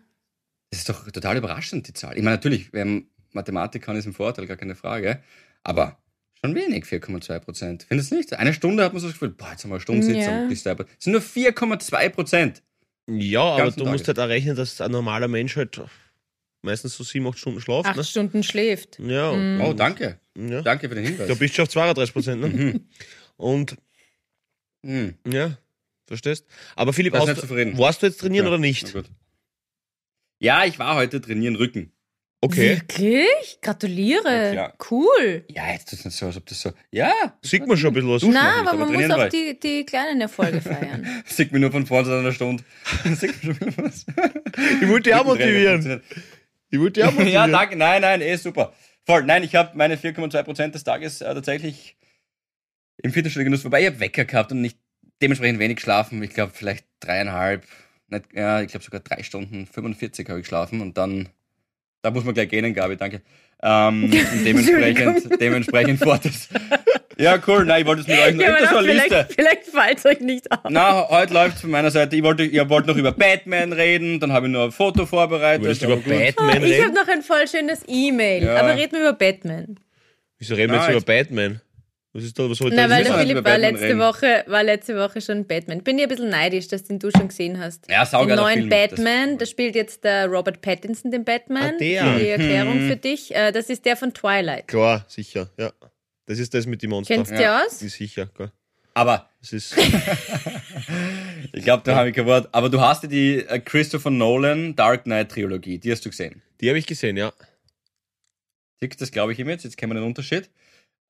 S3: Das ist doch total überraschend, die Zahl. Ich meine, natürlich, wer Mathematik kann, ist im Vorteil, gar keine Frage. Aber schon wenig, 4,2 Prozent. Findest du nicht? Eine Stunde hat man so das Gefühl, boah, jetzt haben wir eine Stunde
S2: Ja.
S3: Sitzung. die Stapel. Es sind nur 4,2 Prozent.
S4: Ja, aber
S3: ganzen
S4: du
S3: Tag.
S4: musst halt auch rechnen, dass ein normaler Mensch halt meistens so sieben, acht Stunden schlaft.
S2: Acht
S4: Ne?
S2: Stunden schläft.
S4: Ja.
S2: Mhm.
S3: Oh, danke.
S4: Ja.
S3: Danke Mhm. für den Hinweis.
S4: Da bist du auf 32 Prozent, ne? Und
S3: Hm,
S4: Ja, verstehst. Aber Philipp,
S3: Da ist
S4: hast
S3: nicht
S4: du-
S3: zufrieden.
S4: warst du jetzt trainieren
S3: Ja,
S4: oder
S3: na
S4: nicht?
S3: gut. Ja, ich war heute trainieren Rücken.
S4: Okay.
S2: Wirklich? Gratuliere.
S3: Ja, klar.
S2: cool.
S3: Ja, jetzt ist es so, als ob das so. Ja,
S4: Sieht man schon ein bisschen was.
S3: Du-
S2: Na,
S3: nicht,
S2: aber
S3: aber
S2: man muss
S3: trainieren war
S2: auch
S3: ich.
S2: die, die kleinen Erfolge feiern.
S3: sieht mir nur von vorne seit einer Stunde. Sieht mir schon was.
S4: Ich wollte dich auch motivieren. Ich wollte dich auch motivieren.
S3: Ja, danke. Nein, nein, eh super. Voll. Nein, ich habe meine 4,2% des Tages äh, tatsächlich im Fitnessstudio genutzt. Wobei ich habe Wecker gehabt und nicht dementsprechend wenig geschlafen. Ich glaube, vielleicht dreieinhalb, nicht, ja, ich glaube sogar drei Stunden, 45 habe ich geschlafen und dann, da muss man gleich gehen, Gabi, danke. Ähm, und dementsprechend, dementsprechend fort ist. Ja, cool. Nein, ich wollte es mit euch noch.
S2: Ja,
S3: Ja,
S2: aber
S3: das war
S2: dann
S3: eine Liste.
S2: vielleicht vielleicht fällt es euch nicht auf.
S3: Na, heute läuft's von meiner Seite. Ich wollte, ich wollte noch über Batman reden, dann habe ich noch ein Foto vorbereitet.
S4: Würdest du
S3: aber
S4: über
S3: gut.
S4: Batman
S2: ich habe
S4: reden?
S2: noch ein voll schönes E-Mail,
S3: Ja.
S2: aber reden wir über Batman.
S4: Wieso reden wir
S3: Nein,
S4: jetzt über Batman? Was ist da, was soll
S2: Na,
S4: das
S2: weil
S3: müssen
S2: der
S3: wir nicht
S2: Philipp
S3: über
S2: war
S3: Batman
S2: letzte,
S3: reden.
S2: Woche, war letzte Woche schon Batman. Bin ich ein bisschen neidisch, dass den du schon gesehen hast.
S3: Ja,
S2: den
S3: saugeiler
S2: neuen
S3: Film.
S2: Batman, da spielt jetzt der Robert Pattinson den Batman.
S4: Ah, der.
S2: Die Erklärung
S3: Mhm.
S2: für dich, äh, das ist der von Twilight.
S4: Klar, sicher, ja. Das ist das mit den Monster.
S2: Kennst du
S3: Ja.
S2: dir aus?
S4: Die sicher, klar.
S3: Aber
S4: Das ist
S3: Ich glaube, da habe ich kein Wort. Aber du hast ja die äh, Christopher Nolan Dark Knight Trilogie, die hast du gesehen.
S4: die habe ich gesehen, ja.
S3: Tick, Das glaube ich ihm jetzt, jetzt kennen wir den Unterschied.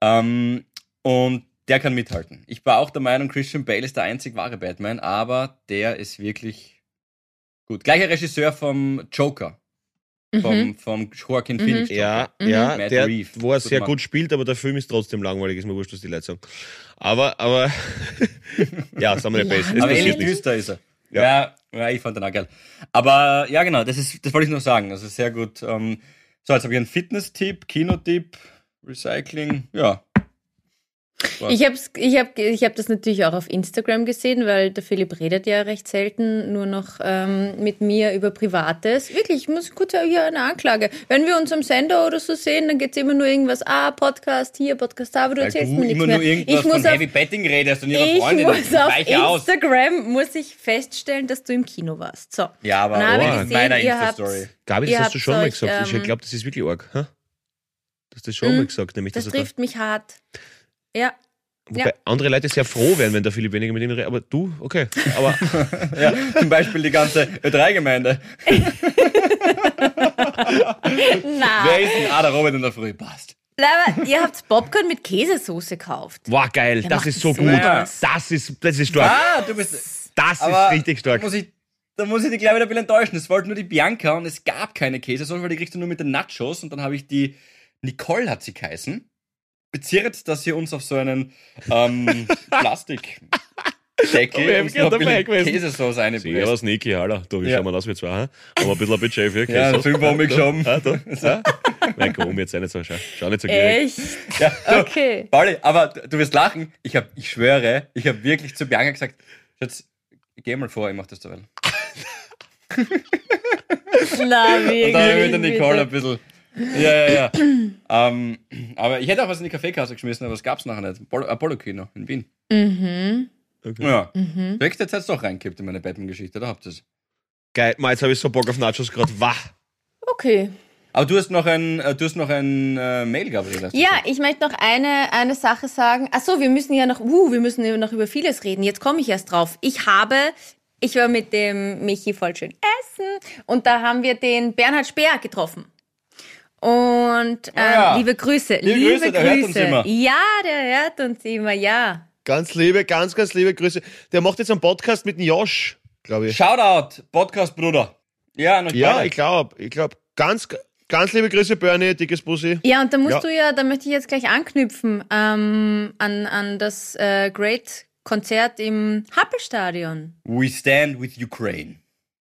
S3: Ähm, und der kann mithalten. Ich war auch der Meinung, Christian Bale ist der einzig wahre Batman, aber der ist wirklich Gut, gleicher Regisseur vom Joker,
S2: Mhm.
S3: vom, vom Joaquin Phoenix. Joker.
S4: Ja, ja,
S3: Matt
S4: der,
S3: Reeves.
S4: wo er
S3: Guter
S4: sehr
S3: Mann.
S4: gut spielt, aber der Film ist trotzdem langweilig, ist mir wurscht, was die Leute sagen. Aber, aber, ja, sagen wir nicht
S2: Ja,
S4: besser.
S2: das
S4: Es
S3: Aber ähnlich
S4: passiert nichts.
S3: düster ist er.
S4: Ja.
S3: Ja. ja, ich fand den auch geil. Aber ja, genau, das, ist, das wollte ich noch sagen. Das ist sehr gut. Ähm, so, jetzt habe ich einen Fitness-Tipp, Kinotipp, Recycling. Ja,
S2: Ich habe ich hab, ich hab das natürlich auch auf Instagram gesehen, weil der Philipp redet ja recht selten nur noch ähm, mit mir über Privates. Wirklich, ich muss kurz hier eine Anklage. Wenn wir uns am Sender oder so sehen, dann geht's immer nur irgendwas, ah, Podcast hier, Podcast da, aber du
S3: weil du
S2: erzählst mir nichts
S3: immer
S2: mehr.
S3: nur irgendwas
S2: ich muss
S3: von
S2: auf,
S3: Heavy Betting redest und ihrer
S2: ich
S3: Freundin.
S2: muss auf
S3: weiche aus.
S2: Instagram muss ich feststellen, dass du im Kino warst. So.
S3: Ja, aber
S2: Und dann habe ich
S4: oh,
S2: gesehen,
S3: meiner
S2: ihr
S3: Insta-Story.
S2: habt's-
S4: Gabi,
S2: ihr
S4: das hast du
S2: habt's
S4: schon mal
S2: euch,
S4: gesagt. Ich
S2: ähm, Mhm.
S4: glaube, das ist wirklich arg. Hä? Das hast du schon mal gesagt, nämlich,
S2: Das
S4: dass er da,
S2: trifft mich hart. Ja.
S4: wobei andere Leute sehr froh wären, wenn der Philipp weniger mit ihnen redet. Aber du, okay. Aber
S3: Ja, zum Beispiel die ganze Ö3-Gemeinde. Wer
S2: Nein.
S3: ist denn? Ah, der Robert in der Früh. Passt.
S2: Aber ihr habt Popcorn mit Käsesoße gekauft.
S4: Wow, geil,
S2: Der
S4: das
S2: macht
S4: ist
S2: das
S4: so
S2: so
S4: gut.
S3: krass.
S4: Das ist, das ist stark.
S3: Ah, du bist.
S4: Das ist
S3: aber
S4: richtig stark.
S3: Da muss ich, da muss ich dich gleich wieder ein bisschen enttäuschen. Es wollte nur die Bianca und es gab keine Käsesoße, weil die kriegst du nur mit den Nachos. Und dann habe ich die Nicole, hat sie geheißen, bezirrt, dass sie uns auf so einen ähm, Plastik.
S4: Aber Oh, wir
S3: Deckel
S4: haben
S3: und
S4: gern
S3: noch ein
S4: dabei
S3: bisschen
S4: gewesen.
S3: Käsesoße einbläst.
S4: Servus, Niki, hallo. Du, wir
S3: Ja.
S4: schauen mal aus wie zwei, hä? aber ein bisschen ein Budget für
S3: Ja, das sind wir umgeschoben.
S4: Ah, da, ah. Nein, komm, jetzt nicht so, schau, schau nicht so gierig.
S2: Echt?
S3: Ja, du,
S2: Okay.
S3: Pauli, aber du du wirst lachen. Ich, hab, ich schwöre, ich habe wirklich zu Bianca gesagt, Schatz, geh mal vor, ich mach das derweil.
S2: Na,
S3: Und dann habe ich
S2: wirklich.
S3: mit der Nicole ein bisschen. Ja, ja, ja. ähm, aber ich hätte auch was in die Kaffeekasse geschmissen, aber das gab es nachher nicht. Apollo- Apollo-Kino in Wien.
S2: Mhm.
S3: Ja. Mhm. Sechste Zeit doch reinkippt in meine Batman-Geschichte, da habt ihr es.
S4: Geil, mal, jetzt habe ich so Bock auf Nachos gerade. Wah!
S2: Okay.
S3: Aber du hast noch ein, äh, du hast noch ein äh, Mail, Gabriel. hast du
S2: Ja,
S3: gesagt.
S2: ich möchte noch eine, eine Sache sagen. Ach so, wir müssen ja noch, uh, wir müssen ja noch über vieles reden. Jetzt komme ich erst drauf. Ich habe, ich war mit dem Michi voll schön essen und da haben wir den Bernhard Speer getroffen. Und ähm,
S3: Ah ja.
S2: liebe Grüße, liebe,
S3: Grüße,
S2: Grüße.
S3: der hört uns immer.
S2: Ja, der hört uns immer, ja.
S4: Ganz liebe, ganz, ganz liebe Grüße. Der macht jetzt einen Podcast mit dem Josh, glaube ich.
S3: Shoutout, Podcast-Bruder. Ja, noch
S4: Ja,
S3: beide.
S4: ich glaube, ich glaube, ganz, ganz liebe Grüße, Bernie, dickes Bussi.
S2: Ja, und da musst
S4: Ja.
S2: du ja, da möchte ich jetzt gleich anknüpfen ähm, an, an das äh, Great Konzert im Happelstadion.
S3: We stand with Ukraine.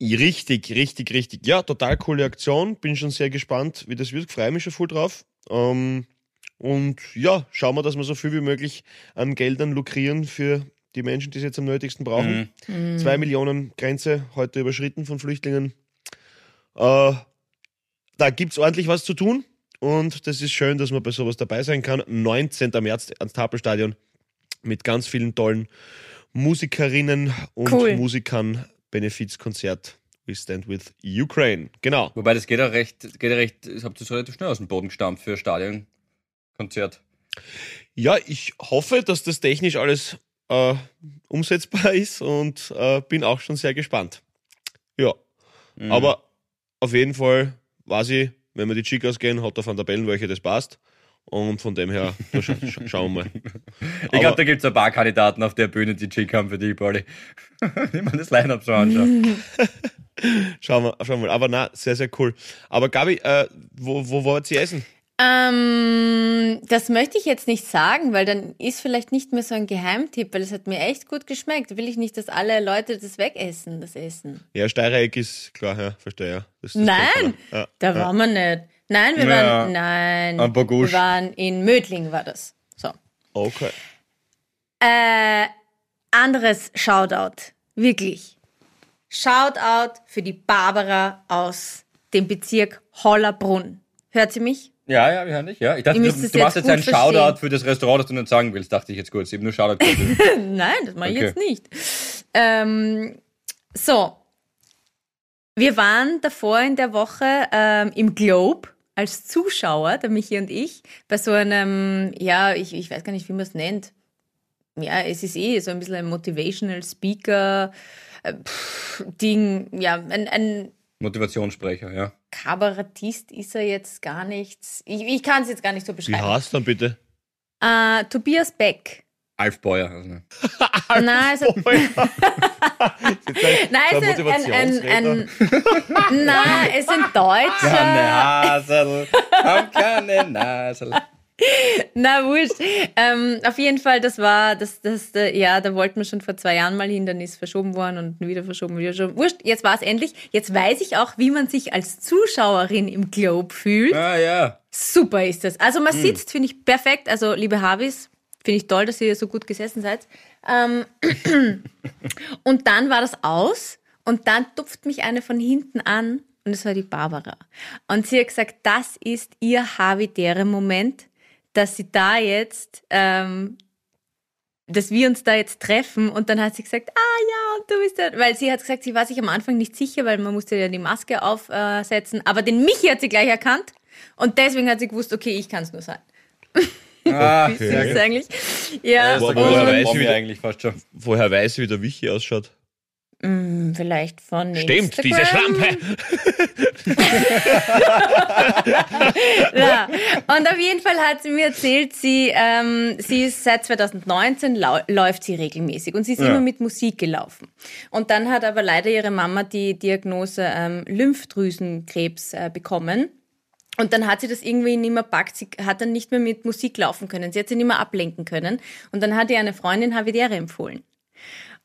S4: Richtig, richtig, richtig. Ja, total coole Aktion. Bin schon sehr gespannt, wie das wird. Freue mich schon voll drauf. Ähm, und ja, schauen wir, dass wir so viel wie möglich an Geldern lukrieren für die Menschen, die es jetzt am nötigsten brauchen. Zwei Millionen Grenze heute überschritten von Flüchtlingen. Äh, da gibt es ordentlich was zu tun. Und das ist schön, dass man bei sowas dabei sein kann. 19. März ans Tafelstadion mit ganz vielen tollen Musikerinnen und
S2: Cool.
S4: Musikern. Benefizkonzert We Stand With Ukraine. Genau.
S3: Wobei das geht ja recht, geht ja recht, das habt ihr so relativ schnell aus dem Boden gestampft für ein Stadionkonzert.
S4: Ja, ich hoffe, dass das technisch alles äh, umsetzbar ist und äh, bin auch schon sehr gespannt. Ja,
S3: Mhm.
S4: aber auf jeden Fall weiß ich, wenn wir die Chicas gehen, hat der Van der Bellen welche, das passt. Und von dem her, da scha scha schauen wir mal.
S3: Ich glaube,
S4: Aber-
S3: da gibt es ein paar Kandidaten auf der Bühne, die Chick haben für die Party. Wenn man das Line-Up so anschaut.
S4: Schauen wir, schauen wir mal. Aber na, sehr, sehr cool. Aber Gabi, äh, wo, wo wollt ihr essen?
S2: Ähm, das möchte ich jetzt nicht sagen, weil dann ist vielleicht nicht mehr so ein Geheimtipp, weil es hat mir echt gut geschmeckt. Will ich nicht, dass alle Leute das wegessen, das Essen.
S4: Ja, Steirereck ist klar, ja, verstehe ja. Das, das
S2: Nein,
S4: kennt man, ja.
S2: da waren wir nicht. Nein, wir
S3: Ja,
S2: waren, nein,
S3: ein paar Gusch.
S2: wir waren in Mödling war das. So.
S4: Okay.
S2: Äh, anderes Shoutout. Wirklich. Shoutout für die Barbara aus dem Bezirk Hollerbrunn. Hört sie mich?
S3: Ja, ja, wir hören dich. Ja. Ich dachte,
S2: Ihr
S3: du,
S2: müsst es
S3: du machst
S2: jetzt
S3: jetzt einen
S2: gut verstehen.
S3: Shoutout für das Restaurant, das du nicht sagen willst, dachte ich jetzt kurz. Eben nur Shoutout. kurz.
S2: Nein, das mache ich
S3: Okay.
S2: jetzt nicht. Ähm, so. Wir waren davor in der Woche ähm, im Globe als Zuschauer, der Michi und ich, bei so einem, ja, ich, ich weiß gar nicht, wie man es nennt. Ja, es ist eh so ein bisschen ein Motivational Speaker äh, pff, Ding, ja, ein, ein
S3: Motivationssprecher, ja.
S2: Kabarettist ist er jetzt gar nichts. Ich, ich kann es jetzt gar nicht so
S4: Wie
S2: beschreiben.
S4: heißt dann bitte?
S2: Äh, Tobias Beck.
S3: Alf Beuer. Also, ne.
S2: Nein, also es hat
S4: Oh mein Gott.
S2: Nein,
S4: So
S2: es
S4: ein
S2: sind ein, ein, ein,
S4: Motivationsredner.
S2: nein, es sind Deutsche.
S3: Hasel, haben keine Nasel.
S2: Na wurscht. Ähm, auf jeden Fall, das war, das, das, äh, ja, da wollten wir schon vor zwei Jahren mal hin, dann ist verschoben worden und wieder verschoben, wieder verschoben. Wurscht, jetzt war es endlich. Jetzt weiß ich auch, wie man sich als Zuschauerin im Globe fühlt.
S3: Ah ja.
S2: Super ist das. Also man sitzt, finde ich perfekt. Also liebe Havis, finde ich toll, dass ihr so gut gesessen seid. Ähm, und dann war das aus und dann tupft mich eine von hinten an und es war die Barbara. Und sie hat gesagt, das ist ihr habitäre Moment, dass sie da jetzt, ähm, dass wir uns da jetzt treffen und dann hat sie gesagt, ah ja, und du bist da, weil sie hat gesagt, sie war sich am Anfang nicht sicher, weil man musste ja die Maske aufsetzen, aber den Michi hat sie gleich erkannt und deswegen hat sie gewusst, okay, ich kann es nur sein.
S3: Ah,
S2: Das
S3: sehr
S2: ist
S3: gut.
S2: eigentlich, ja,
S4: ist doch
S3: Woher
S4: gut.
S2: und-
S3: weiß
S4: Warum
S3: ich
S4: wir
S3: wieder eigentlich fast schon.
S4: Woher weiß ich, wie der Wichi ausschaut?
S2: Mm, vielleicht von
S4: Stimmt,
S2: Instagram.
S4: diese Schlampe!
S2: Ja. Und auf jeden Fall hat sie mir erzählt, sie, ähm, sie ist seit 2019 lau läuft sie regelmäßig und sie ist
S3: Ja.
S2: immer mit Musik gelaufen. Und dann hat aber leider ihre Mama die Diagnose ähm, Lymphdrüsenkrebs äh, bekommen. Und dann hat sie das irgendwie nicht mehr packt. Sie hat dann nicht mehr mit Musik laufen können. Sie hat sie nicht mehr ablenken können. Und dann hat ihr eine Freundin Havidere empfohlen.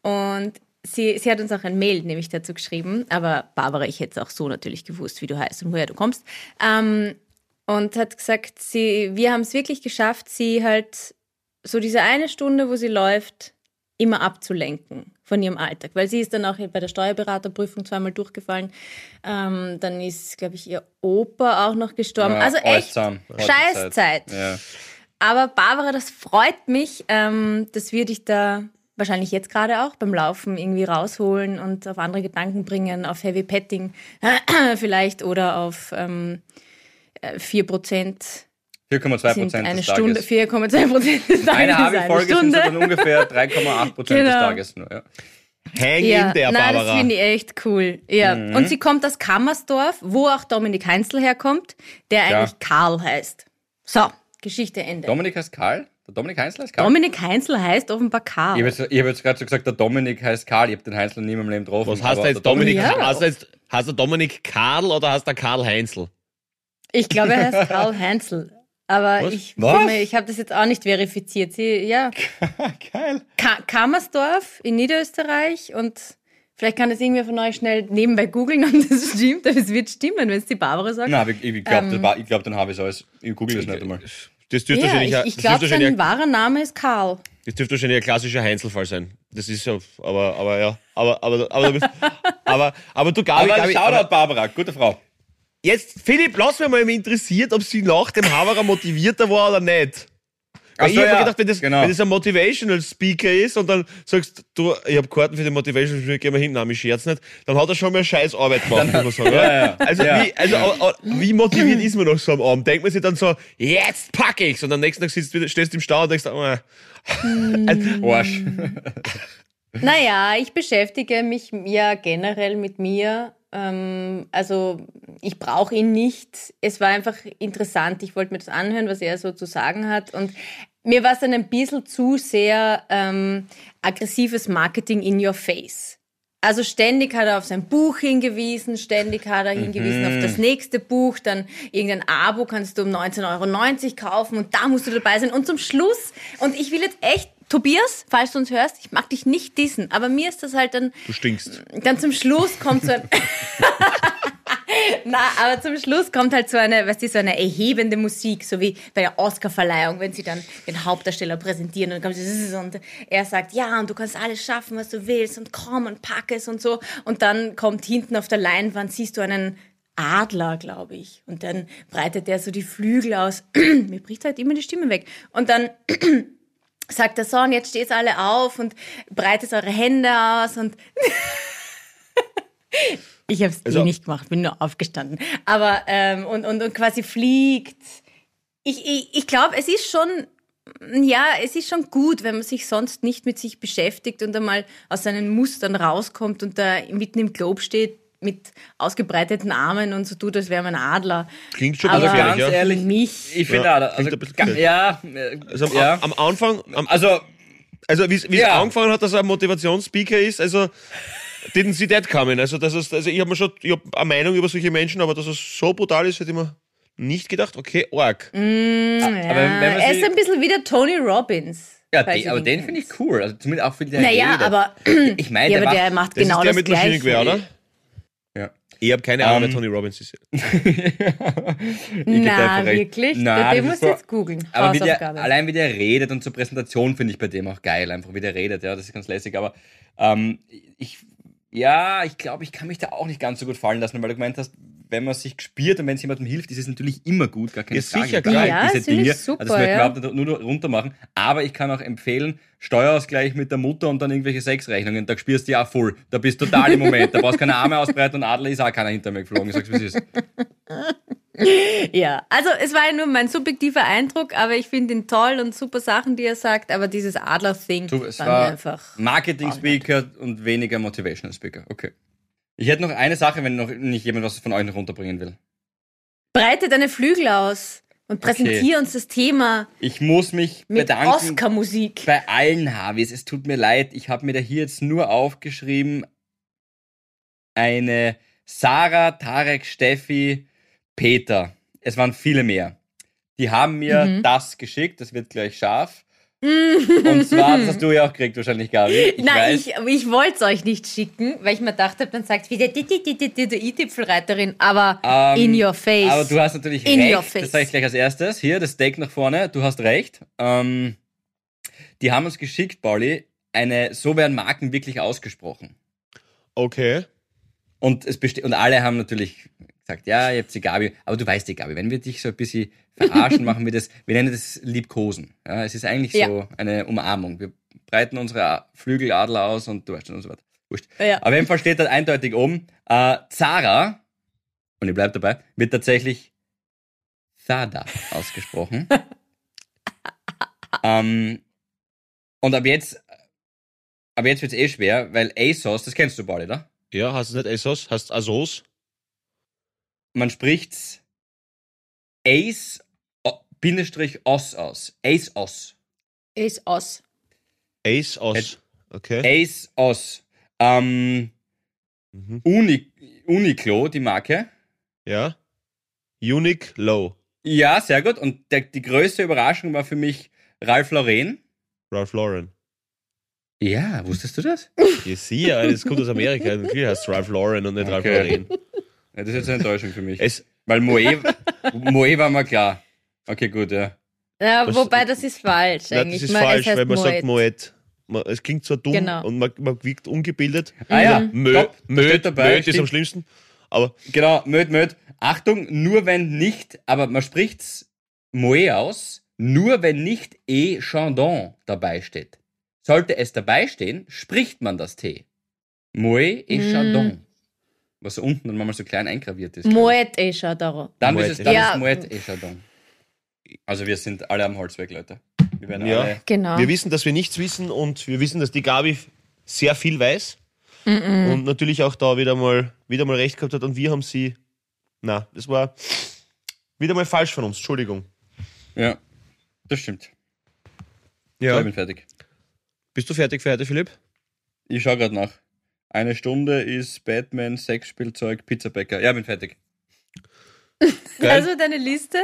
S2: Und sie, sie hat uns auch ein Mail nämlich dazu geschrieben. Aber Barbara, ich hätte es auch so natürlich gewusst, wie du heißt und woher du kommst. Ähm, und hat gesagt, sie, wir haben es wirklich geschafft, sie halt so diese eine Stunde, wo sie läuft, immer abzulenken von ihrem Alltag. Weil sie ist dann auch bei der Steuerberaterprüfung zweimal durchgefallen. Ähm, dann ist, glaube ich, ihr Opa auch noch gestorben.
S3: Ja,
S2: also echt
S3: äußern.
S2: Scheißzeit.
S3: Ja.
S2: Aber Barbara, das freut mich, ähm, dass wir dich da wahrscheinlich jetzt gerade auch beim Laufen irgendwie rausholen und auf andere Gedanken bringen, auf Heavy Petting vielleicht oder auf ähm, äh, 4%
S3: 4,2
S2: sind
S3: Prozent
S2: eine
S3: des
S2: Stunde,
S3: Tages.
S2: 4,2 Prozent des Tages.
S3: Eine
S2: ist
S3: Abi-Folge sind so
S2: Stunde.
S3: dann ungefähr 3,8 Prozent des
S2: Genau.
S3: Tages nur. Ja.
S4: Hang
S2: ja,
S4: in der
S2: nein, das
S4: Barbara.
S2: finde ich echt cool. Ja.
S3: Mhm.
S2: Und sie kommt aus Kammersdorf, wo auch Dominik Heinzel herkommt, der
S3: Ja.
S2: eigentlich Karl heißt. So, Geschichte Ende.
S3: Dominik heißt Karl? Der Dominik Heinzler heißt Karl?
S2: Dominik Heinzel heißt offenbar Karl.
S3: ich habe jetzt, ich hab jetzt gerade so gesagt, der Dominik heißt Karl. Ich habe den Heinzler nie in meinem Leben getroffen.
S4: Was hast du
S3: aber
S4: jetzt
S3: der
S4: Dominik?
S2: Ja.
S4: Hast du jetzt hast du Dominik Karl oder hast du Karl Heinzel?
S2: Ich glaube, er heißt Karl Heinzel. Aber
S4: Was?
S2: ich,
S3: Was?
S2: bin mir- ich habe das jetzt auch nicht verifiziert. Sie, ja.
S3: Geil.
S2: Ka Kammersdorf in Niederösterreich und vielleicht kann das irgendwer von euch schnell nebenbei googeln und das stimmt, aber es wird stimmen, wenn es die Barbara sagt.
S3: Nein, aber ich, ich
S2: Ähm.
S3: glaube, glaub, dann habe ich alles. Ich google das nicht einmal.
S4: Das dürfte
S2: ja,
S4: wahrscheinlich,
S2: ich,
S4: ein-
S2: ich
S4: das
S2: glaube,
S4: dürfte wahrscheinlich,
S2: sein
S4: ein-
S2: wahrer Name ist Karl.
S4: das dürfte wahrscheinlich ein klassischer Heinzelfall sein. Das ist ja, aber, aber ja, aber, aber, aber, aber, aber, aber du Gabi,
S3: Aber
S4: Gabi, aber-
S3: Shoutout, Barbara. Gute Frau.
S4: Jetzt, Philipp, lass mich mal interessiert, ob sie nach dem Haverer motivierter war oder nicht. Weil
S3: Ach
S4: ich
S3: so,
S4: habe
S3: ja,
S4: mir gedacht, wenn das,
S3: genau.
S4: wenn das ein Motivational Speaker ist und dann sagst du, ich habe Karten für den Motivational Speaker, geh mal hin, nein, ich scherz nicht, dann hat er schon mal scheiß Arbeit gemacht, muss man sagen. oder?
S3: ja, ja.
S4: Also,
S3: Ja.
S4: Wie, also au- au- wie motiviert ist man nach so einem Abend? Denkt man sich dann so, jetzt pack ich's und am nächsten Tag sitzt, wieder- stehst du im Stau und denkst, ah,
S3: Arsch.
S2: Naja, ich beschäftige mich ja generell mit mir. Ähm, also ich brauche ihn nicht. Es war einfach interessant. Ich wollte mir das anhören, was er so zu sagen hat. Und mir war es dann ein bisschen zu sehr ähm, aggressives Marketing in your face. Also ständig hat er auf sein Buch hingewiesen, ständig hat er hingewiesen auf das nächste Buch, dann irgendein Abo kannst du um 19,90 Euro kaufen und da musst du dabei sein. Und zum Schluss, und ich will jetzt echt, Tobias, falls du uns hörst, ich mag dich nicht dissen, aber mir ist das halt dann,
S4: du stinkst.
S2: dann zum Schluss kommt so ein... Na, aber zum Schluss kommt halt so eine, weißt du, so eine erhebende Musik, so wie bei der Oscarverleihung, wenn sie dann den Hauptdarsteller präsentieren und dann kommt sie und er sagt, ja, und du kannst alles schaffen, was du willst und komm und pack es und so. Und dann kommt hinten auf der Leinwand, siehst du einen Adler, glaube ich. Und dann breitet der so die Flügel aus. Mir bricht halt immer die Stimme weg. Und dann sagt der so, und jetzt steht alle auf und breitet eure Hände aus und ich habe es eh
S4: Also-
S2: nicht gemacht, bin nur aufgestanden. Aber ähm, und, und, und quasi fliegt. Ich, ich, ich glaube, es ist schon, ja, es ist schon gut, wenn man sich sonst nicht mit sich beschäftigt und einmal aus seinen Mustern rauskommt und da mitten im Globe steht mit ausgebreiteten Armen und so tut, als wäre man ein Adler.
S4: Klingt schon
S2: Aber-
S4: gefährlich,
S3: Also
S4: ja.
S3: Ganz ehrlich,
S2: Mich.
S3: Ich finde
S4: Ja,
S3: auch, also,
S4: klingt ein bisschen
S3: ga-
S4: blöd.
S3: ja, äh,
S4: Also am,
S3: ja.
S4: am Anfang, am,
S3: also
S4: Also wie wie
S3: Ja.
S4: er angefangen hat, dass er ein Motivationsspeaker ist, also didn't see that coming. Also, das ist, also ich habe mir schon ich hab eine Meinung über solche Menschen, aber dass es so brutal ist, hätte ich mir nicht gedacht. Okay, arg.
S2: Ja,
S3: Aber wenn man
S2: Äh, er ist
S3: sie-
S2: ein bisschen wie der Tony Robbins.
S3: Ja,
S2: falls
S3: den,
S2: ihr
S3: aber den finde
S2: kennt.
S3: ich cool. Also zumindest auch für die
S2: Naja, aber,
S3: Ich meine,
S2: ja,
S3: der,
S2: aber der
S3: macht,
S2: macht
S4: Das
S2: genau
S4: ist der
S2: das
S4: mit Maschinengewehr,
S2: Gleiche.
S4: oder?
S3: Ja.
S4: Ich habe keine Ahnung,
S3: Ähm,
S4: wer Tony Robbins ist.
S2: Na, wirklich?
S3: Nein,
S2: Na, den
S3: das
S2: musst
S3: ist
S2: du
S3: so-
S2: jetzt googeln.
S3: Aber wie der,
S2: Hausaufgabe.
S3: allein wie der redet und zur Präsentation finde ich bei dem auch geil, einfach wie der redet, ja, das ist ganz lässig. Aber ähm, ich, ja, ich glaube, ich kann mich da auch nicht ganz so gut fallen lassen, weil du gemeint hast, wenn man sich spürt und wenn es jemandem hilft, ist es natürlich immer gut, gar keine
S4: Ja,
S3: Frage.
S4: sicher,
S3: Ich
S4: klar.
S3: mag
S2: Ja, das
S3: diese
S2: finde ich
S3: Dinge.
S2: super,
S3: also das möchte ich
S2: ja.
S3: überhaupt nicht nur runter machen. Aber ich kann auch empfehlen, Steuerausgleich mit der Mutter und dann irgendwelche Sexrechnungen, da spürst du ja voll. Da bist du total im Moment. Da brauchst keine Arme ausbreiten und Adler ist auch keiner hinter mir geflogen. Ich sag's, wie es ist.
S2: Ja, also es war ja nur mein subjektiver Eindruck, aber ich finde ihn toll und super Sachen, die er sagt, aber dieses Adler-Thing
S3: Du, es
S2: war
S3: war
S2: mir einfach...
S3: Marketing Speaker und weniger Motivational Speaker. Okay. Ich hätte noch eine Sache, wenn noch nicht jemand was von euch noch runterbringen will.
S2: Breite deine Flügel aus und präsentiere uns das Thema
S3: Ich muss mich
S2: mit
S3: bedanken
S2: Oscar-Musik.
S3: bei allen Harveys. Es tut mir leid, ich habe mir da hier jetzt nur aufgeschrieben eine Sarah, Tarek, Steffi, Peter. Es waren viele mehr. Die haben mir
S2: Mhm.
S3: das geschickt, das wird gleich scharf. Und zwar, das hast du ja auch gekriegt wahrscheinlich, Gabi. Ich
S2: Nein,
S3: weiß.
S2: ich, ich wollte es euch nicht schicken, weil ich mir dachte, dann sagt wieder die, die, die, die, die, die i-Tüpfelreiterin, aber
S3: Ähm,
S2: in your face.
S3: Aber du hast natürlich
S2: In
S3: recht.
S2: your face.
S3: Das sage ich gleich als erstes. Hier, das Steak nach vorne. Du hast recht. Ähm, die haben uns geschickt, Pauli, eine, so werden Marken wirklich ausgesprochen.
S4: Okay.
S3: Und, es beste- und alle haben natürlich gesagt, ja, ihr habt die Gabi. Aber du weißt die Gabi, wenn wir dich so ein bisschen verarschen, machen wir das, wir nennen das Liebkosen. Ja, es ist eigentlich so
S2: Ja.
S3: eine Umarmung. Wir breiten unsere A- Flügeladler aus und du weißt schon und so weiter. Wurscht.
S2: Ja.
S3: Auf jeden Fall steht da eindeutig oben, äh, Zara, und ich bleib dabei, wird tatsächlich Zada ausgesprochen. ähm, und ab jetzt, ab jetzt wird's eh schwer, weil ASOS, das kennst du bald, oder?
S4: Ja, hast du nicht Asos? Hast Asos?
S3: man spricht's Ace o- Bindestrich Os aus. Ace Os.
S2: ist aus.
S4: Ace aus. Okay.
S3: Ace Os. Ähm,
S4: Mhm.
S3: Uni, Uniqlo, die Marke.
S4: Ja. Unique Low.
S3: Ja, sehr gut. Und der, die größte Überraschung war für mich Ralf Lauren.
S4: Ralph Lauren.
S3: Ja, wusstest du das?
S4: Ich sehe, ja, das kommt aus Amerika. Natürlich heißt es Ralph Lauren und nicht Ralph
S3: Okay.
S4: Lauren.
S3: Ja, das ist jetzt eine Enttäuschung für mich.
S4: Es,
S3: Weil Moe, Moe war mal klar. Okay, gut, ja.
S2: Ja,
S4: Das-
S2: wobei das ist falsch
S4: nein,
S2: eigentlich.
S4: das ist
S2: Man- es
S4: falsch,
S2: heißt
S4: weil man sagt
S2: Moet.
S4: Moet. Man, es klingt zwar dumm
S2: Genau.
S4: und man, man wirkt ungebildet.
S3: Ah ja,
S4: Möd,
S3: stopp, da
S4: Mhm. Möd,
S3: steht dabei,
S4: Möd ist am
S3: stimmt.
S4: schlimmsten. Aber
S3: Genau, möd, möd. Achtung, nur wenn nicht, aber man spricht's Moe aus, nur wenn nicht E Chandon dabei steht. Sollte es dabei stehen, spricht man das T. Moe et Chandon. Was so unten dann manchmal so klein eingraviert ist.
S2: Moet eh schon darum.
S3: Dann
S4: Moet,
S3: ist es dann
S2: ja.
S3: ist Moet et Chandon. Also wir sind alle am Holzweg, Leute. Wir werden
S4: Ja.
S3: alle.
S2: Genau.
S4: wir wissen, dass wir nichts wissen und wir wissen, dass die Gabi sehr viel weiß. Und natürlich auch da wieder mal, wieder mal recht gehabt hat. Und wir haben sie. Na, das war wieder mal falsch von uns. Entschuldigung.
S3: Ja, das stimmt. So,
S4: Ja.
S3: ich bin fertig.
S4: Bist du fertig für heute, Philipp?
S3: Ich schau gerade nach. Eine Stunde ist Batman, Sexspielzeug, Pizzabäcker. Ja, bin fertig.
S4: Geil.
S2: also deine Liste,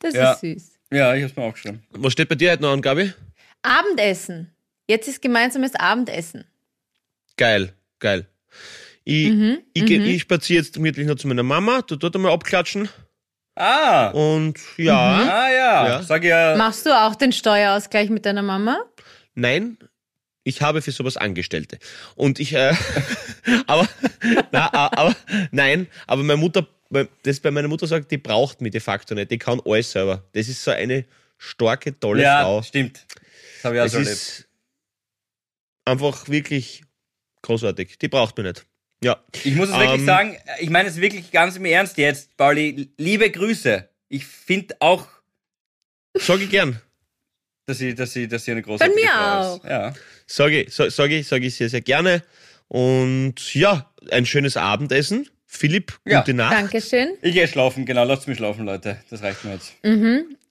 S2: das
S3: Ja.
S2: ist süß.
S3: Ja, ich hab's mir aufgeschrieben.
S4: Was steht bei dir heute noch an, Gabi?
S2: Abendessen. Jetzt ist gemeinsames Abendessen.
S4: Geil, geil. Ich, ich, geh- ich spaziere jetzt gemütlich noch zu meiner Mama, du dort einmal abklatschen.
S3: Ah!
S4: Und ja,
S3: Ah ja,
S4: Hm? Ja.
S3: sag ja.
S2: Machst du auch den Steuerausgleich mit deiner Mama?
S3: Mhm.
S4: nein, ich habe für sowas Angestellte. Und ich, äh, aber, na, a- aber, nein, aber meine Mutter, mein- das bei meiner Mutter sagt, die braucht mich de facto nicht, die kann alles selber. Das ist so eine starke, tolle
S3: ja,
S4: Frau.
S3: stimmt. Das habe ich auch
S4: Das
S3: so erlebt.
S4: ist einfach wirklich großartig. Die braucht mich nicht. Ja.
S3: Ich muss es wirklich
S4: ähm,
S3: sagen, ich meine es wirklich ganz im Ernst jetzt, Pauli. Liebe Grüße. Ich finde auch,
S4: Sag ich gern.
S3: dass sie, dass sie, dass sie eine große
S2: mir auch.
S3: Ja.
S4: Sage ich, so- sag ich, sag ich sehr, sehr gerne. Und ja, ein schönes Abendessen. Philipp,
S3: Ja.
S4: gute Nacht.
S2: Dankeschön.
S3: Ich gehe schlafen, genau. Lasst mich schlafen, Leute. Das reicht mir jetzt.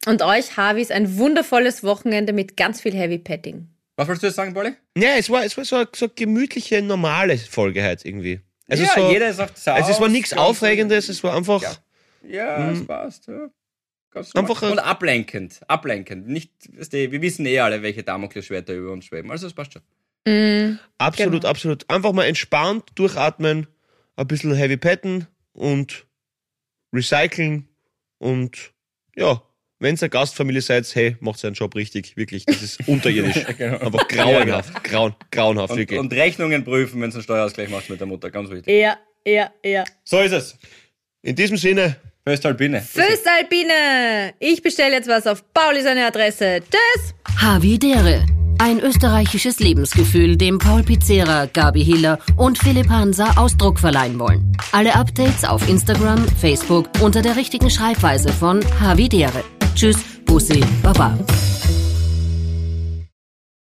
S2: Und euch, Harvis, ein wundervolles Wochenende mit ganz viel Heavy Petting.
S3: Was wolltest du jetzt sagen, Bolli?
S4: Ja, es war, es war so eine so eine gemütliche, normale Folge halt irgendwie. Also
S3: ja,
S4: so,
S3: jeder ist auf Zaus.
S4: also es war nichts
S3: ganz-
S4: Aufregendes, es war einfach.
S3: Ja. Ja, es
S4: Mhm.
S3: passt. Ja. Ganz normal.
S4: Einfach, äh,
S3: Und ablenkend. Ablenkend. Nicht, weißt du, wir wissen eh alle, welche Damoklesschwerter über uns schweben. Also es passt schon.
S4: Mhm.
S2: Mm,
S4: Absolut,
S2: Genau.
S4: absolut. Einfach mal entspannt durchatmen, ein bisschen heavy petten und recyceln und ja, wenn ihr eine Gastfamilie seid, hey, macht seinen Job richtig, wirklich. Das ist unterirdisch.
S3: Genau.
S4: Einfach grauenhaft, grauen, grauenhaft,
S3: Und,
S4: wirklich.
S3: und Rechnungen prüfen, wenn du einen Steuerausgleich machst mit der Mutter. Ganz wichtig.
S2: ja, ja, ja.
S3: So ist es. halt
S4: In diesem Sinne,
S3: Höchstalbine.
S2: Föstalpine, ich bestelle jetzt was auf Pauli seine Adresse. Tschüss!
S1: Havidere. Ein österreichisches Lebensgefühl, dem Paul Pizzera, Gabi Hiller und Philipp Hansa Ausdruck verleihen wollen. Alle Updates auf Instagram, Facebook unter der richtigen Schreibweise von Havidere. Tschüss, Bussi, Baba.